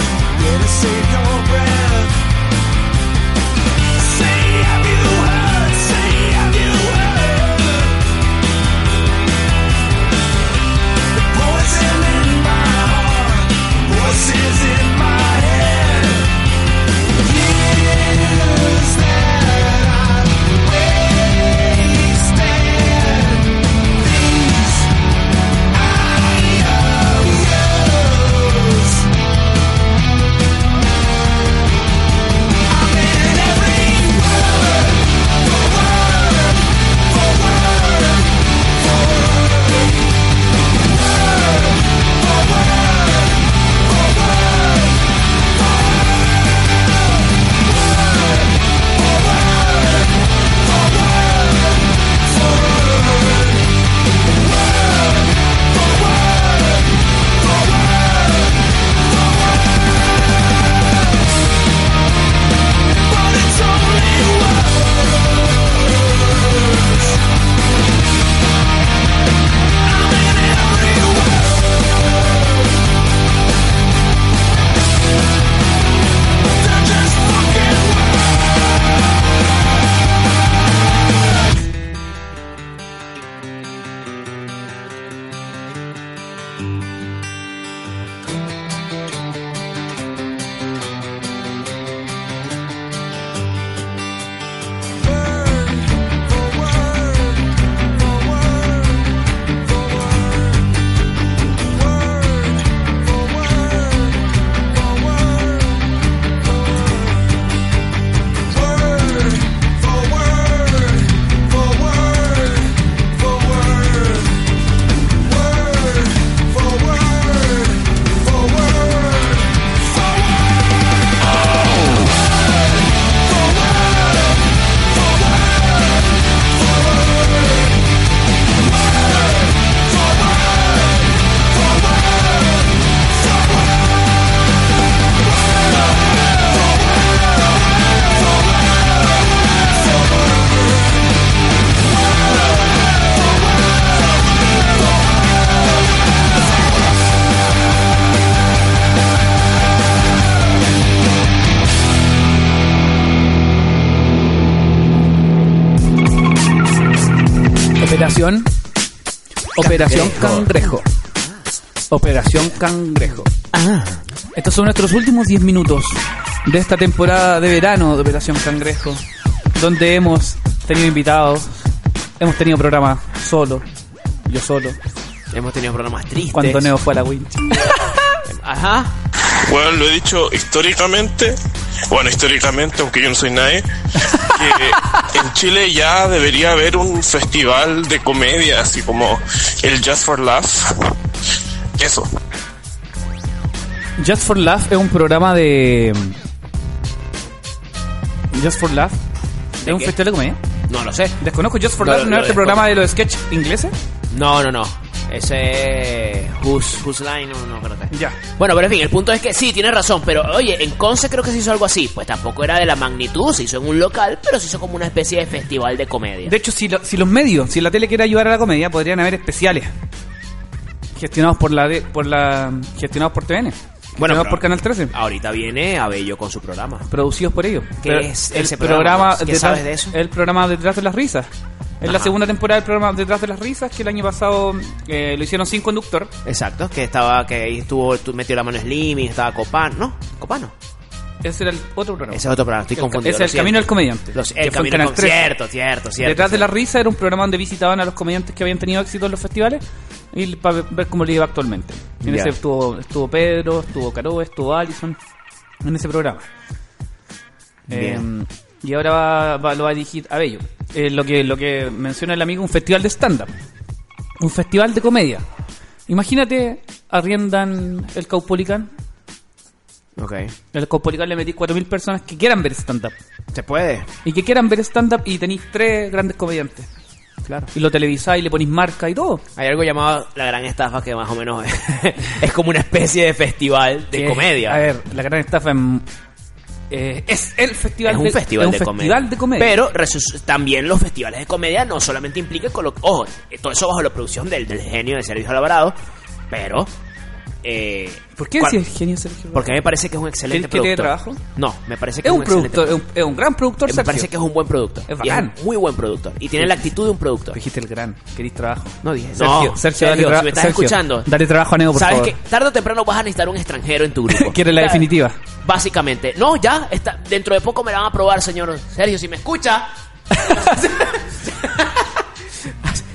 Speaker 10: better save your breath.
Speaker 1: Operación. Operación Cangrejo. Operación Cangrejo.
Speaker 7: Ah,
Speaker 1: Estos son nuestros últimos 10 minutos de esta temporada de verano de Operación Cangrejo, donde hemos tenido invitados, hemos tenido programas solo, yo solo,
Speaker 2: Hemos tenido programas tristes.
Speaker 1: cuando Neo fue a la winch.
Speaker 2: Ajá.
Speaker 6: Bueno, lo he dicho históricamente, bueno, históricamente, aunque yo no soy nadie, que en Chile ya debería haber un festival de comedia, así como el Just for Laugh. Eso.
Speaker 1: Just for Laugh es un programa de... Just for Laugh es un
Speaker 2: qué?
Speaker 1: festival de comedia.
Speaker 2: No lo sé.
Speaker 1: Desconozco Just for
Speaker 2: No,
Speaker 1: Laugh,
Speaker 2: no,
Speaker 1: ¿no
Speaker 2: no,
Speaker 1: es este
Speaker 2: desconozco.
Speaker 1: programa de los sketch ingleses?
Speaker 2: No, no, no. Ese. Who's, who's Line, no, no creo que.
Speaker 1: Ya.
Speaker 2: Bueno, pero en fin, el punto es que sí, tienes razón. Pero oye, en Conce creo que se hizo algo así. Pues tampoco era de la magnitud, se hizo en un local, pero se hizo como una especie de festival de comedia.
Speaker 1: De hecho, si, lo- si los medios, si la tele quiere ayudar a la comedia, podrían haber especiales gestionados por la de- por la gestionados por TVN, gestionados
Speaker 2: pero-
Speaker 1: por Canal 13,
Speaker 2: Ahorita viene Abello con su programa.
Speaker 1: producidos por ellos.
Speaker 2: ¿Qué
Speaker 1: Pero
Speaker 2: es
Speaker 1: el
Speaker 2: ese programa?
Speaker 1: programa?
Speaker 2: ¿Qué
Speaker 1: detrás-
Speaker 2: sabes de eso?
Speaker 1: El programa detrás de las risas. Es la
Speaker 2: Ajá.
Speaker 1: segunda temporada del programa detrás de las risas que el año pasado eh, lo hicieron sin conductor.
Speaker 2: Exacto, que estaba, que ahí estuvo, tú metió la mano Slimming, estaba Copán, ¿no? Copano.
Speaker 1: Ese era el otro programa.
Speaker 2: Ese es otro programa, estoy
Speaker 1: El-
Speaker 2: confundido.
Speaker 1: ese
Speaker 2: lo
Speaker 1: es el camino
Speaker 2: siento.
Speaker 1: del comediante.
Speaker 2: Los,
Speaker 1: que
Speaker 2: el
Speaker 1: fue en
Speaker 2: camino del
Speaker 1: Canal 13.
Speaker 2: concierto, cierto, cierto.
Speaker 1: Detrás de
Speaker 2: cierto.
Speaker 1: la risa era un programa donde visitaban a los comediantes que habían tenido éxito en los festivales y para ver cómo le iba actualmente. En
Speaker 2: Ya.
Speaker 1: ese estuvo, estuvo Pedro, estuvo Caro, estuvo Allison, en ese programa.
Speaker 2: Bien.
Speaker 1: Eh, y ahora va, va- lo va a dirigir Abello. Eh, lo, que, lo que menciona el amigo, un festival de stand-up. Un festival de comedia. Imagínate, arriendan el Caupolicán.
Speaker 2: Ok.
Speaker 1: En el Caupolicán le metís 4.000 personas que quieran ver stand-up.
Speaker 2: Se puede.
Speaker 1: Y que quieran ver stand-up y tenéis tres grandes comediantes.
Speaker 2: Claro.
Speaker 1: Y lo televisáis, le ponéis marca y todo.
Speaker 2: Hay algo llamado la gran estafa que más o menos es como una especie de festival de
Speaker 1: Que,
Speaker 2: comedia.
Speaker 1: A ver, la gran estafa en- eh, es el festival
Speaker 2: es un
Speaker 1: de,
Speaker 2: festival,
Speaker 1: es un
Speaker 2: de,
Speaker 1: festival
Speaker 2: comedia.
Speaker 1: de comedia.
Speaker 2: Pero resu- también los festivales de comedia no solamente implican colo- ojo, eh, todo eso bajo la producción del, del genio de Sergio Alvarado, pero eh,
Speaker 1: ¿Por qué
Speaker 2: cual-
Speaker 1: decís genio Sergio?
Speaker 2: Porque me parece que es un excelente
Speaker 1: ¿Que él tiene
Speaker 2: productor.
Speaker 1: trabajo?
Speaker 2: No, me parece que
Speaker 1: es un
Speaker 2: excelente
Speaker 1: productor, es un, es un gran productor.
Speaker 2: Me
Speaker 1: Sergio.
Speaker 2: parece que es un buen productor.
Speaker 1: Es
Speaker 2: Y
Speaker 1: bacán.
Speaker 2: un muy buen productor. Y tiene la actitud de un productor.
Speaker 1: dijiste el gran, querís trabajo.
Speaker 2: No dije.
Speaker 1: Sergio,
Speaker 2: no,
Speaker 1: Sergio, dale
Speaker 2: si
Speaker 1: tra-
Speaker 2: me estás
Speaker 1: Sergio,
Speaker 2: escuchando.
Speaker 1: Dale trabajo a Neo, por
Speaker 2: Sabes
Speaker 1: favor.
Speaker 2: que tarde o temprano vas a necesitar un extranjero en tu grupo.
Speaker 1: Quiere la
Speaker 2: O sea,
Speaker 1: definitiva.
Speaker 2: Básicamente. No, ya. Está, dentro de poco me la van a probar, señor Sergio. Si me escucha.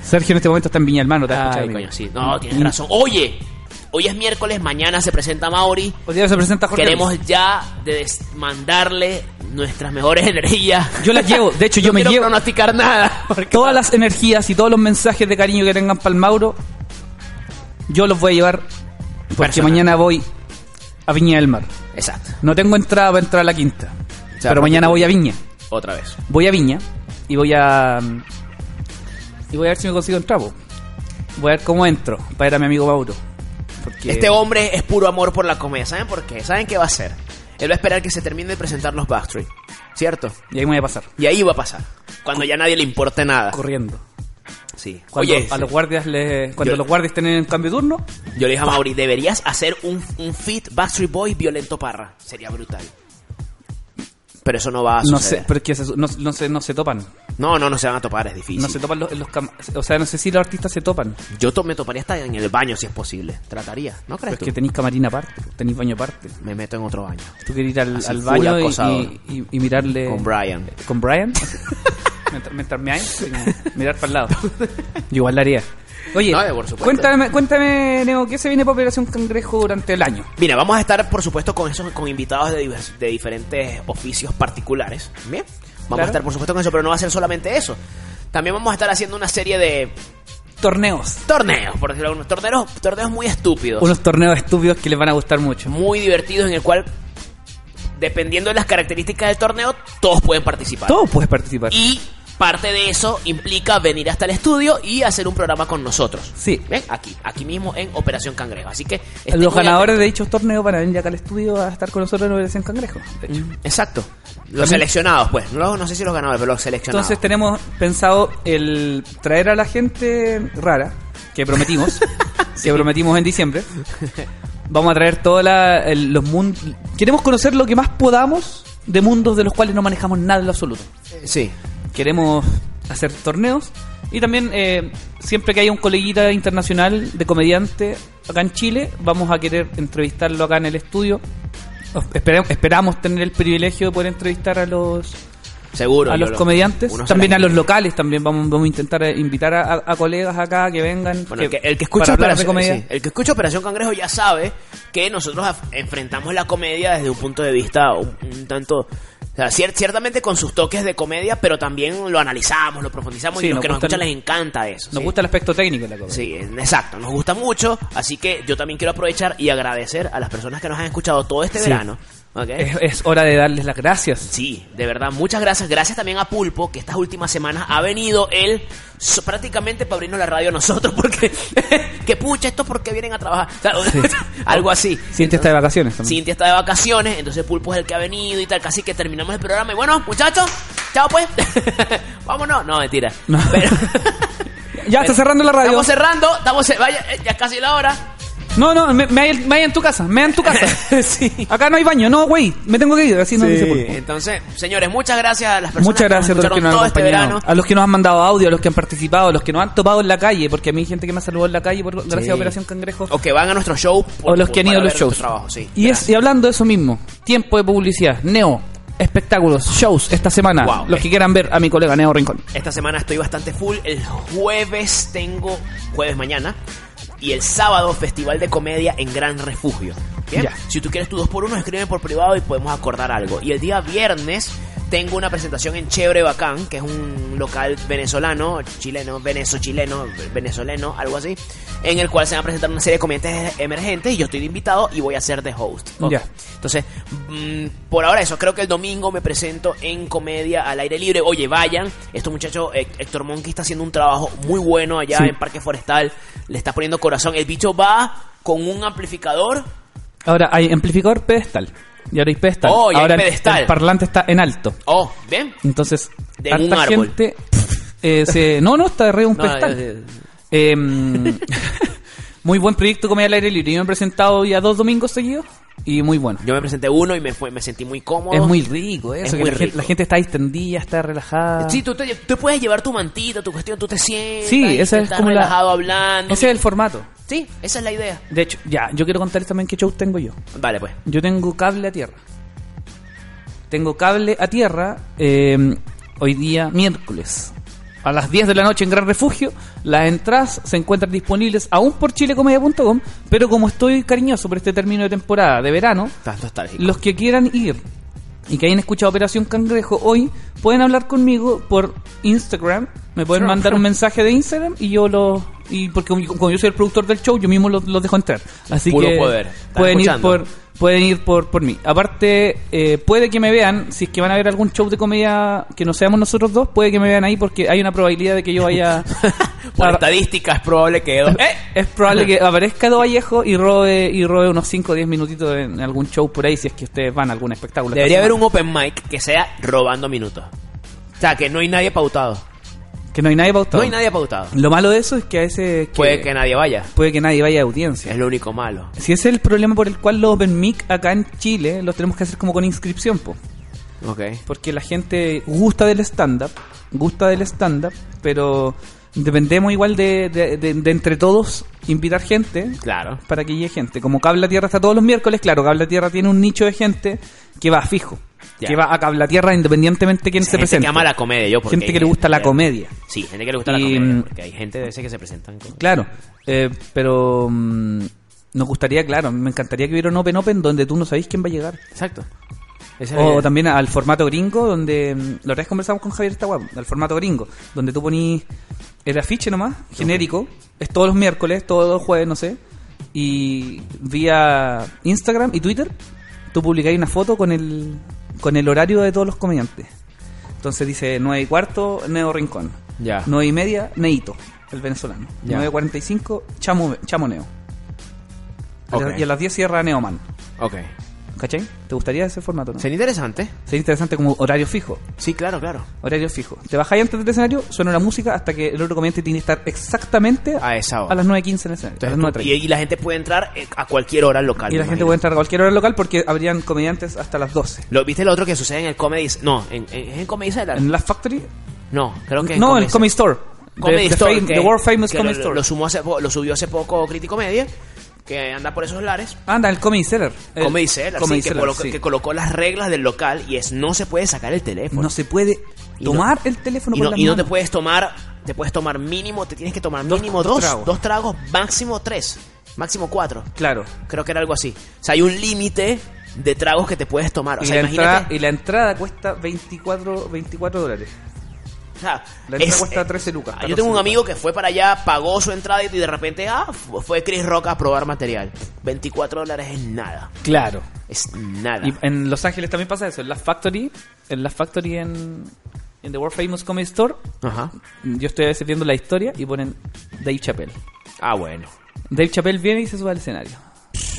Speaker 1: Sergio en este momento está en Viña del Mar, Mm. no te vas a escuchar,
Speaker 2: Ay,
Speaker 1: amigo.
Speaker 2: coño, sí. No, tienes razón. Oye, hoy es miércoles, mañana se presenta Maori.
Speaker 1: Hoy día se presenta Jorge.
Speaker 2: Queremos
Speaker 1: Luis.
Speaker 2: ya des- mandarle nuestras mejores energías.
Speaker 1: Yo las llevo, de hecho, yo
Speaker 2: no
Speaker 1: me
Speaker 2: quiero
Speaker 1: llevo-
Speaker 2: pronosticar nada. porque-
Speaker 1: Todas las energías y todos los mensajes de cariño que tengan para el Mauro, yo los voy a llevar porque
Speaker 2: Personal.
Speaker 1: mañana voy a Viña del Mar.
Speaker 2: Exacto.
Speaker 1: No tengo entrada para entrar a la quinta.
Speaker 2: sea,
Speaker 1: pero mañana voy a Viña.
Speaker 2: Otra vez.
Speaker 1: Voy a Viña y voy a. Y voy a ver si me consigo entrar. po. Voy a ver cómo entro para ir a mi amigo Mauro. Porque
Speaker 2: Este hombre es puro amor por la comedia. ¿Saben por qué? ¿Saben qué va a hacer? Él va a esperar que se termine de presentar los Backstreet. ¿Cierto?
Speaker 1: Y ahí me voy a pasar.
Speaker 2: Y ahí va a pasar. Cuando ya nadie le importe nada.
Speaker 1: Corriendo.
Speaker 2: Sí.
Speaker 1: Cuando
Speaker 2: Oye,
Speaker 1: a los guardias les, cuando
Speaker 2: Yo-
Speaker 1: los guardias tienen cambio de turno,
Speaker 2: yo le dije a Mauri, deberías hacer un, un fit Backstreet Boys violento parra. Sería brutal. Pero eso no va a
Speaker 1: no
Speaker 2: suceder.
Speaker 1: sé, pero es que se- no, no se, no se topan.
Speaker 2: No, no, no se van a topar, es difícil.
Speaker 1: No se topan los, los cam- o sea, no sé si los artistas se topan.
Speaker 2: Yo to- me toparía hasta en el baño si es posible. Trataría. ¿No
Speaker 1: Pero
Speaker 2: crees
Speaker 1: es
Speaker 2: tú?
Speaker 1: que tenéis camarina aparte, tenéis baño aparte.
Speaker 2: Me meto en otro baño.
Speaker 1: Tú querés ir al,
Speaker 2: Así,
Speaker 1: al
Speaker 2: full
Speaker 1: baño y,
Speaker 2: acosador.
Speaker 1: y- y- y mirarle.
Speaker 2: Con Brian.
Speaker 1: ¿Con Brian? mientras, mientras me hay, así como mirar para el lado. Yo igual la haría. Oye,
Speaker 2: No, eh, por supuesto.
Speaker 1: cuéntame, cuéntame, Neo, ¿qué se viene para Operación Cangrejo durante el año?
Speaker 2: Mira, vamos a estar, por supuesto, con esos, con invitados de, divers- de diferentes oficios particulares. Bien. Vamos
Speaker 1: Claro.
Speaker 2: a estar, por supuesto, con eso, pero no va a ser solamente eso. También vamos a estar haciendo una serie de
Speaker 1: Torneos.
Speaker 2: torneos, por decirlo algunos torneos, torneos muy estúpidos,
Speaker 1: Unos torneos estúpidos que les van a gustar mucho.
Speaker 2: muy divertidos, en el cual, dependiendo de las características del torneo, todos pueden participar.
Speaker 1: Todo puedes participar.
Speaker 2: Y parte de eso implica venir hasta el estudio y hacer un programa con nosotros.
Speaker 1: Sí.
Speaker 2: Bien, aquí, aquí mismo en Operación Cangrejo. Así que estén
Speaker 1: Los
Speaker 2: muy
Speaker 1: ganadores
Speaker 2: atentos.
Speaker 1: de dichos torneos van a venir acá al estudio a estar con nosotros en Operación Cangrejo. de hecho.
Speaker 2: Exacto. Los seleccionados, pues. No, no sé si los ganadores, pero los seleccionados.
Speaker 1: Entonces tenemos pensado el traer a la gente rara que prometimos, que prometimos en diciembre. Vamos a traer toda la el- los mundos. Queremos conocer lo que más podamos de mundos de los cuales no manejamos nada en lo absoluto.
Speaker 2: Sí.
Speaker 1: Queremos hacer torneos. Y también eh, siempre que haya un coleguita internacional de comediante acá en Chile, vamos a querer entrevistarlo acá en el estudio. Os- espere- Esperamos tener el privilegio de poder entrevistar a los
Speaker 2: Seguro.
Speaker 1: a
Speaker 2: yo
Speaker 1: los
Speaker 2: lo-
Speaker 1: comediantes,
Speaker 2: unos
Speaker 1: también a
Speaker 2: la-
Speaker 1: los locales, también vamos, vamos a intentar eh, invitar a, a- a colegas acá que vengan.
Speaker 2: Bueno, el, que, el que escucha
Speaker 1: para hablar de
Speaker 2: Operación,
Speaker 1: comedia.
Speaker 2: sí, el que escucha Operación Cangrejo ya sabe que nosotros af- enfrentamos la comedia desde un punto de vista un, un tanto... o sea, cier- ciertamente con sus toques de comedia, pero también lo analizamos, lo profundizamos
Speaker 1: Sí,
Speaker 2: y los
Speaker 1: nos
Speaker 2: que nos
Speaker 1: gusta
Speaker 2: escuchan
Speaker 1: el-
Speaker 2: les encanta eso.
Speaker 1: Nos
Speaker 2: ¿sí?
Speaker 1: gusta el aspecto técnico de la comedia.
Speaker 2: Sí, exacto, nos gusta mucho, así que yo también quiero aprovechar y agradecer a las personas que nos han escuchado todo este
Speaker 1: Sí.
Speaker 2: verano. ¿ok?
Speaker 1: Es, es hora de darles las gracias.
Speaker 2: ¿eh? Sí, de verdad, muchas gracias. Gracias también a Pulpo, que estas últimas semanas ha venido él so- prácticamente para abrirnos la radio a nosotros, porque que pucha, esto porque vienen a trabajar. O sea, algo así.
Speaker 1: Cintia está de vacaciones también.
Speaker 2: Cintia está de vacaciones, entonces Pulpo es el que ha venido y tal, casi que terminamos el programa. Y bueno, muchachos, chao pues. Vámonos. No, mentira.
Speaker 1: No.
Speaker 2: Pero-
Speaker 1: Ya está cerrando la radio.
Speaker 2: Estamos cerrando, estamos cer- vaya, eh, ya casi la hora.
Speaker 1: No, no, me, me, hay- me hay en tu casa, me hay en tu casa. Acá no hay baño, no, güey, me tengo que ir, así no
Speaker 7: Sí.
Speaker 1: dice Pulpo.
Speaker 2: Entonces, señores, muchas gracias a las personas
Speaker 1: Muchas gracias a
Speaker 2: que
Speaker 1: todos los que
Speaker 2: escucharon
Speaker 1: nos han
Speaker 2: todo este
Speaker 1: acompañado,
Speaker 2: verano.
Speaker 1: a los que nos han mandado audio, a los que han participado, a los que nos han topado en la calle, porque a mí hay gente que me ha saludado en la calle por, gracias
Speaker 2: Sí.
Speaker 1: a Operación Cangrejo.
Speaker 2: O que van a nuestro show.
Speaker 1: o los que han ido a
Speaker 2: para
Speaker 1: los
Speaker 2: ver nuestro
Speaker 1: shows.
Speaker 2: trabajo, sí.
Speaker 1: y, es, y hablando de eso mismo, tiempo de publicidad, Neo, espectáculos, shows esta semana.
Speaker 2: Wow.
Speaker 1: los que quieran ver a mi colega Neo Rincón.
Speaker 2: Esta semana estoy bastante full. El jueves tengo, jueves mañana, y el sábado Festival de Comedia en Gran Refugio. Bien.
Speaker 1: Ya.
Speaker 2: Si tú quieres tu 2x1, escríbeme por privado y podemos acordar algo. Y el día viernes tengo una presentación en Chévere Bacán, que es un local venezolano, chileno, venezochileno, venezolano, algo así, en el cual se van a presentar una serie de comediantes emergentes y yo estoy de invitado y voy a ser de host. Ok.
Speaker 1: Ya.
Speaker 2: Entonces, mm, por ahora eso, creo que el domingo me presento en comedia al aire libre. Oye, vayan, estos muchachos, Hé- Héctor Monqui está haciendo un trabajo muy bueno allá
Speaker 1: Sí.
Speaker 2: en Parque Forestal, le está poniendo corazón. El bicho va con un amplificador.
Speaker 1: Ahora hay amplificador pedestal. Y ahora hay pedestal.
Speaker 2: Oh, y hay
Speaker 1: ahora el-
Speaker 2: pedestal.
Speaker 1: El, parlante está en alto.
Speaker 2: Oh, ¿ven?
Speaker 1: Entonces,
Speaker 2: De
Speaker 1: harta
Speaker 2: un árbol.
Speaker 1: gente. eh, se- no, no, está arriba un
Speaker 2: No,
Speaker 1: pedestal.
Speaker 2: eh, eh.
Speaker 1: Eh, muy buen proyecto Comedia al aire libre. Yo me he presentado ya dos domingos seguidos y muy bueno.
Speaker 2: Yo me presenté uno y me fue, me sentí muy cómodo.
Speaker 1: Es muy rico eso.
Speaker 2: Es
Speaker 1: que
Speaker 2: muy
Speaker 1: la, gente-
Speaker 2: rico.
Speaker 1: la gente está distendida, está relajada.
Speaker 2: Sí, tú, te, tú puedes llevar tu mantita, tu cuestión, tú te sientes.
Speaker 1: Sí, esa es como la-
Speaker 2: relajado hablando.
Speaker 1: Ese es el formato.
Speaker 2: Sí, esa es la idea.
Speaker 1: De hecho, ya, yo quiero contarles también qué shows tengo yo.
Speaker 2: Vale, pues.
Speaker 1: Yo tengo cable a tierra. Tengo cable a tierra eh, hoy día miércoles. A las 10 de la noche en Gran Refugio, las entradas se encuentran disponibles aún por chilecomedia.com, pero como estoy cariñoso por este término de temporada de verano,
Speaker 2: Estás nostálgico.
Speaker 1: los que quieran ir y que hayan escuchado Operación Cangrejo hoy, pueden hablar conmigo por Instagram. Me pueden mandar un mensaje de Instagram y yo lo. Y porque como yo soy el productor del show, yo mismo los, los dejo entrar. Así
Speaker 2: Puro
Speaker 1: que
Speaker 2: poder. ¿Están
Speaker 1: pueden ir
Speaker 2: escuchando?
Speaker 1: por pueden ir por, por mí. Aparte, eh, puede que me vean, si es que van a ver algún show de comedia que no seamos nosotros dos, puede que me vean ahí porque hay una probabilidad de que yo vaya...
Speaker 2: Por
Speaker 1: a-
Speaker 2: estadística es probable que...
Speaker 1: eh, es probable que aparezca Edo Vallejo y robe, y robe unos 5 o 10 minutitos en algún show por ahí, si es que ustedes van a algún espectáculo. esta
Speaker 2: Debería haber un
Speaker 1: semana.
Speaker 2: open mic que sea robando minutos. O sea, que no hay nadie pautado.
Speaker 1: Que no hay nadie pautado.
Speaker 2: No hay nadie pautado.
Speaker 1: Lo malo de eso es que a veces... que-
Speaker 2: Puede que nadie vaya.
Speaker 1: puede que nadie vaya a audiencia.
Speaker 2: Es lo único malo.
Speaker 1: Si ese es el problema por el cual los Open Mic acá en Chile los tenemos que hacer como con inscripción, po.
Speaker 2: Ok.
Speaker 1: porque la gente gusta del stand-up, gusta del stand-up, pero dependemos igual de, de- de- de entre todos invitar gente
Speaker 2: Claro.
Speaker 1: para que llegue gente. Como Cabla Tierra está todos los miércoles, claro, Cabla Tierra tiene un nicho de gente que va fijo,
Speaker 2: Ya.
Speaker 1: que va a Cabla Tierra independientemente de quién se
Speaker 2: gente
Speaker 1: presente.
Speaker 2: que ama la comedia, yo. porque
Speaker 1: gente
Speaker 2: hay
Speaker 1: que le gusta la comedia.
Speaker 2: Sí, gente que le gusta la
Speaker 1: Y,
Speaker 2: comedia.
Speaker 1: mm,
Speaker 2: Porque hay gente de ese que se presentan con...
Speaker 1: Claro, eh, pero mm, nos gustaría, claro, me encantaría que hubiera un Open Open donde tú no sabéis quién va a llegar.
Speaker 2: Exacto.
Speaker 1: O también al formato gringo, donde mm, la otra vez conversamos con Javier esta guapo, al formato gringo, donde tú ponís el afiche nomás, genérico, es todos los miércoles, todos los jueves, no sé, y vía Instagram y Twitter, tú publicáis una foto con el, con el horario de todos los comediantes. Entonces dice 9 y cuarto, Neo Rincón.
Speaker 2: Ya.
Speaker 1: 9 y media, Neito, el venezolano.
Speaker 2: Ya.
Speaker 1: 9 y 45, Chamo, Chamo Neo. A la-
Speaker 2: Ok.
Speaker 1: Y a las 10 cierra Neoman.
Speaker 2: Ok.
Speaker 1: ¿Cachai? ¿Te gustaría ese formato? no?
Speaker 2: Sería interesante.
Speaker 1: Sería interesante como horario fijo.
Speaker 2: Sí, claro, claro.
Speaker 1: Horario fijo. Te bajáis antes del escenario, suena la música hasta que el otro comediante tiene que estar exactamente
Speaker 2: A esa hora.
Speaker 1: a las 9.15 en el escenario. a
Speaker 2: Entonces,
Speaker 1: las 9.30.
Speaker 2: y, y la gente puede entrar eh, a cualquier hora al local.
Speaker 1: Y la
Speaker 2: me
Speaker 1: gente
Speaker 2: imagino.
Speaker 1: puede entrar a cualquier hora local porque habrían comediantes hasta las 12.
Speaker 2: Lo, ¿Viste lo otro que sucede en el Comedy... No, en, en, es en Comedy Cellar.
Speaker 1: En la Factory
Speaker 2: No, creo que.
Speaker 1: No, el
Speaker 2: Comedy-
Speaker 1: Comedy Store.
Speaker 2: Comedy
Speaker 1: The- the
Speaker 2: Store.
Speaker 1: fam-
Speaker 2: que-
Speaker 1: the World Famous
Speaker 2: que
Speaker 1: Comedy
Speaker 2: lo,
Speaker 1: Store.
Speaker 2: Lo, sumó hace po- lo subió hace poco Crítico Media, que anda por esos lares.
Speaker 1: Anda, el Comedy Seller. El
Speaker 2: Comedy Cellar, sí,
Speaker 1: Comedy
Speaker 2: que,
Speaker 1: Cellar,
Speaker 2: coloca-
Speaker 1: sí.
Speaker 2: que colocó las reglas del local y es no se puede sacar el teléfono.
Speaker 1: No se puede
Speaker 2: Y no-
Speaker 1: tomar el teléfono
Speaker 2: y
Speaker 1: con
Speaker 2: no,
Speaker 1: las
Speaker 2: y no te
Speaker 1: manos.
Speaker 2: puedes tomar, te puedes tomar mínimo, te tienes que tomar
Speaker 1: Dos-
Speaker 2: mínimo
Speaker 1: dos
Speaker 2: dos, dos,
Speaker 1: tragos.
Speaker 2: tragos. máximo tres, máximo cuatro.
Speaker 1: Claro.
Speaker 2: Creo que era algo así. O sea, hay un límite de tragos que te puedes tomar. O
Speaker 1: Y
Speaker 2: sea,
Speaker 1: la, entrada,
Speaker 2: imagínate.
Speaker 1: y la entrada cuesta 24, 24 dólares.
Speaker 2: o sea, eh,
Speaker 1: la entrada cuesta 13 lucas,
Speaker 2: Yo tengo
Speaker 1: 14
Speaker 2: un
Speaker 1: lucas.
Speaker 2: amigo que fue para allá, pagó su entrada y de repente, ah, fu- fue Chris Rock a probar material. 24 dólares es nada.
Speaker 1: Claro.
Speaker 2: Es nada.
Speaker 1: Y eh, en Los Ángeles también pasa eso. En la Factory, en la Factory en, en The World Famous Comedy Store, mm,
Speaker 2: Ajá.
Speaker 1: yo estoy a veces viendo la historia y ponen Dave Chappelle.
Speaker 2: Ah, bueno.
Speaker 1: Dave Chappelle viene y se sube al escenario.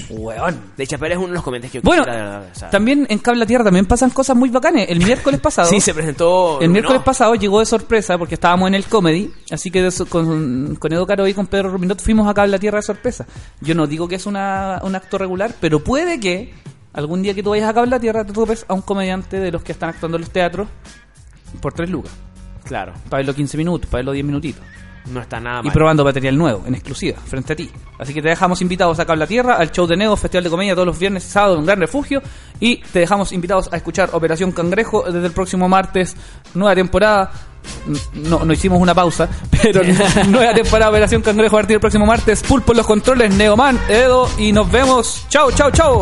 Speaker 1: Weón.
Speaker 2: De Chapel es uno de los comentarios que yo
Speaker 1: Bueno,
Speaker 2: quisiera, de verdad, o sea.
Speaker 1: también en Cable a Tierra también pasan cosas muy bacanes. El miércoles pasado.
Speaker 2: Sí, se presentó.
Speaker 1: El miércoles
Speaker 2: no.
Speaker 1: pasado llegó de sorpresa porque estábamos en el comedy, así que de so- con, con Edo Caro y con Pedro Rubinot fuimos acá a la tierra de sorpresa. Yo no digo que es una, un acto regular, pero puede que algún día que tú vayas acá a la tierra te topes a un comediante de los que están actuando en los teatros por tres lucas.
Speaker 2: Claro,
Speaker 1: Para verlo 15 minutos, para verlo 10 minutitos.
Speaker 2: no está nada
Speaker 1: Y
Speaker 2: mal.
Speaker 1: probando material nuevo, en exclusiva, frente a ti. Así que te dejamos invitados acá a la tierra, al show de Neo, Festival de Comedia, todos los viernes y sábados en Gran Refugio. Y te dejamos invitados a escuchar Operación Cangrejo desde el próximo martes, nueva temporada. No, no hicimos una pausa, pero nueva temporada Operación Cangrejo a partir del próximo martes. Pulpo en los controles, Neoman, Edo, y nos vemos. Chao, chao, chao.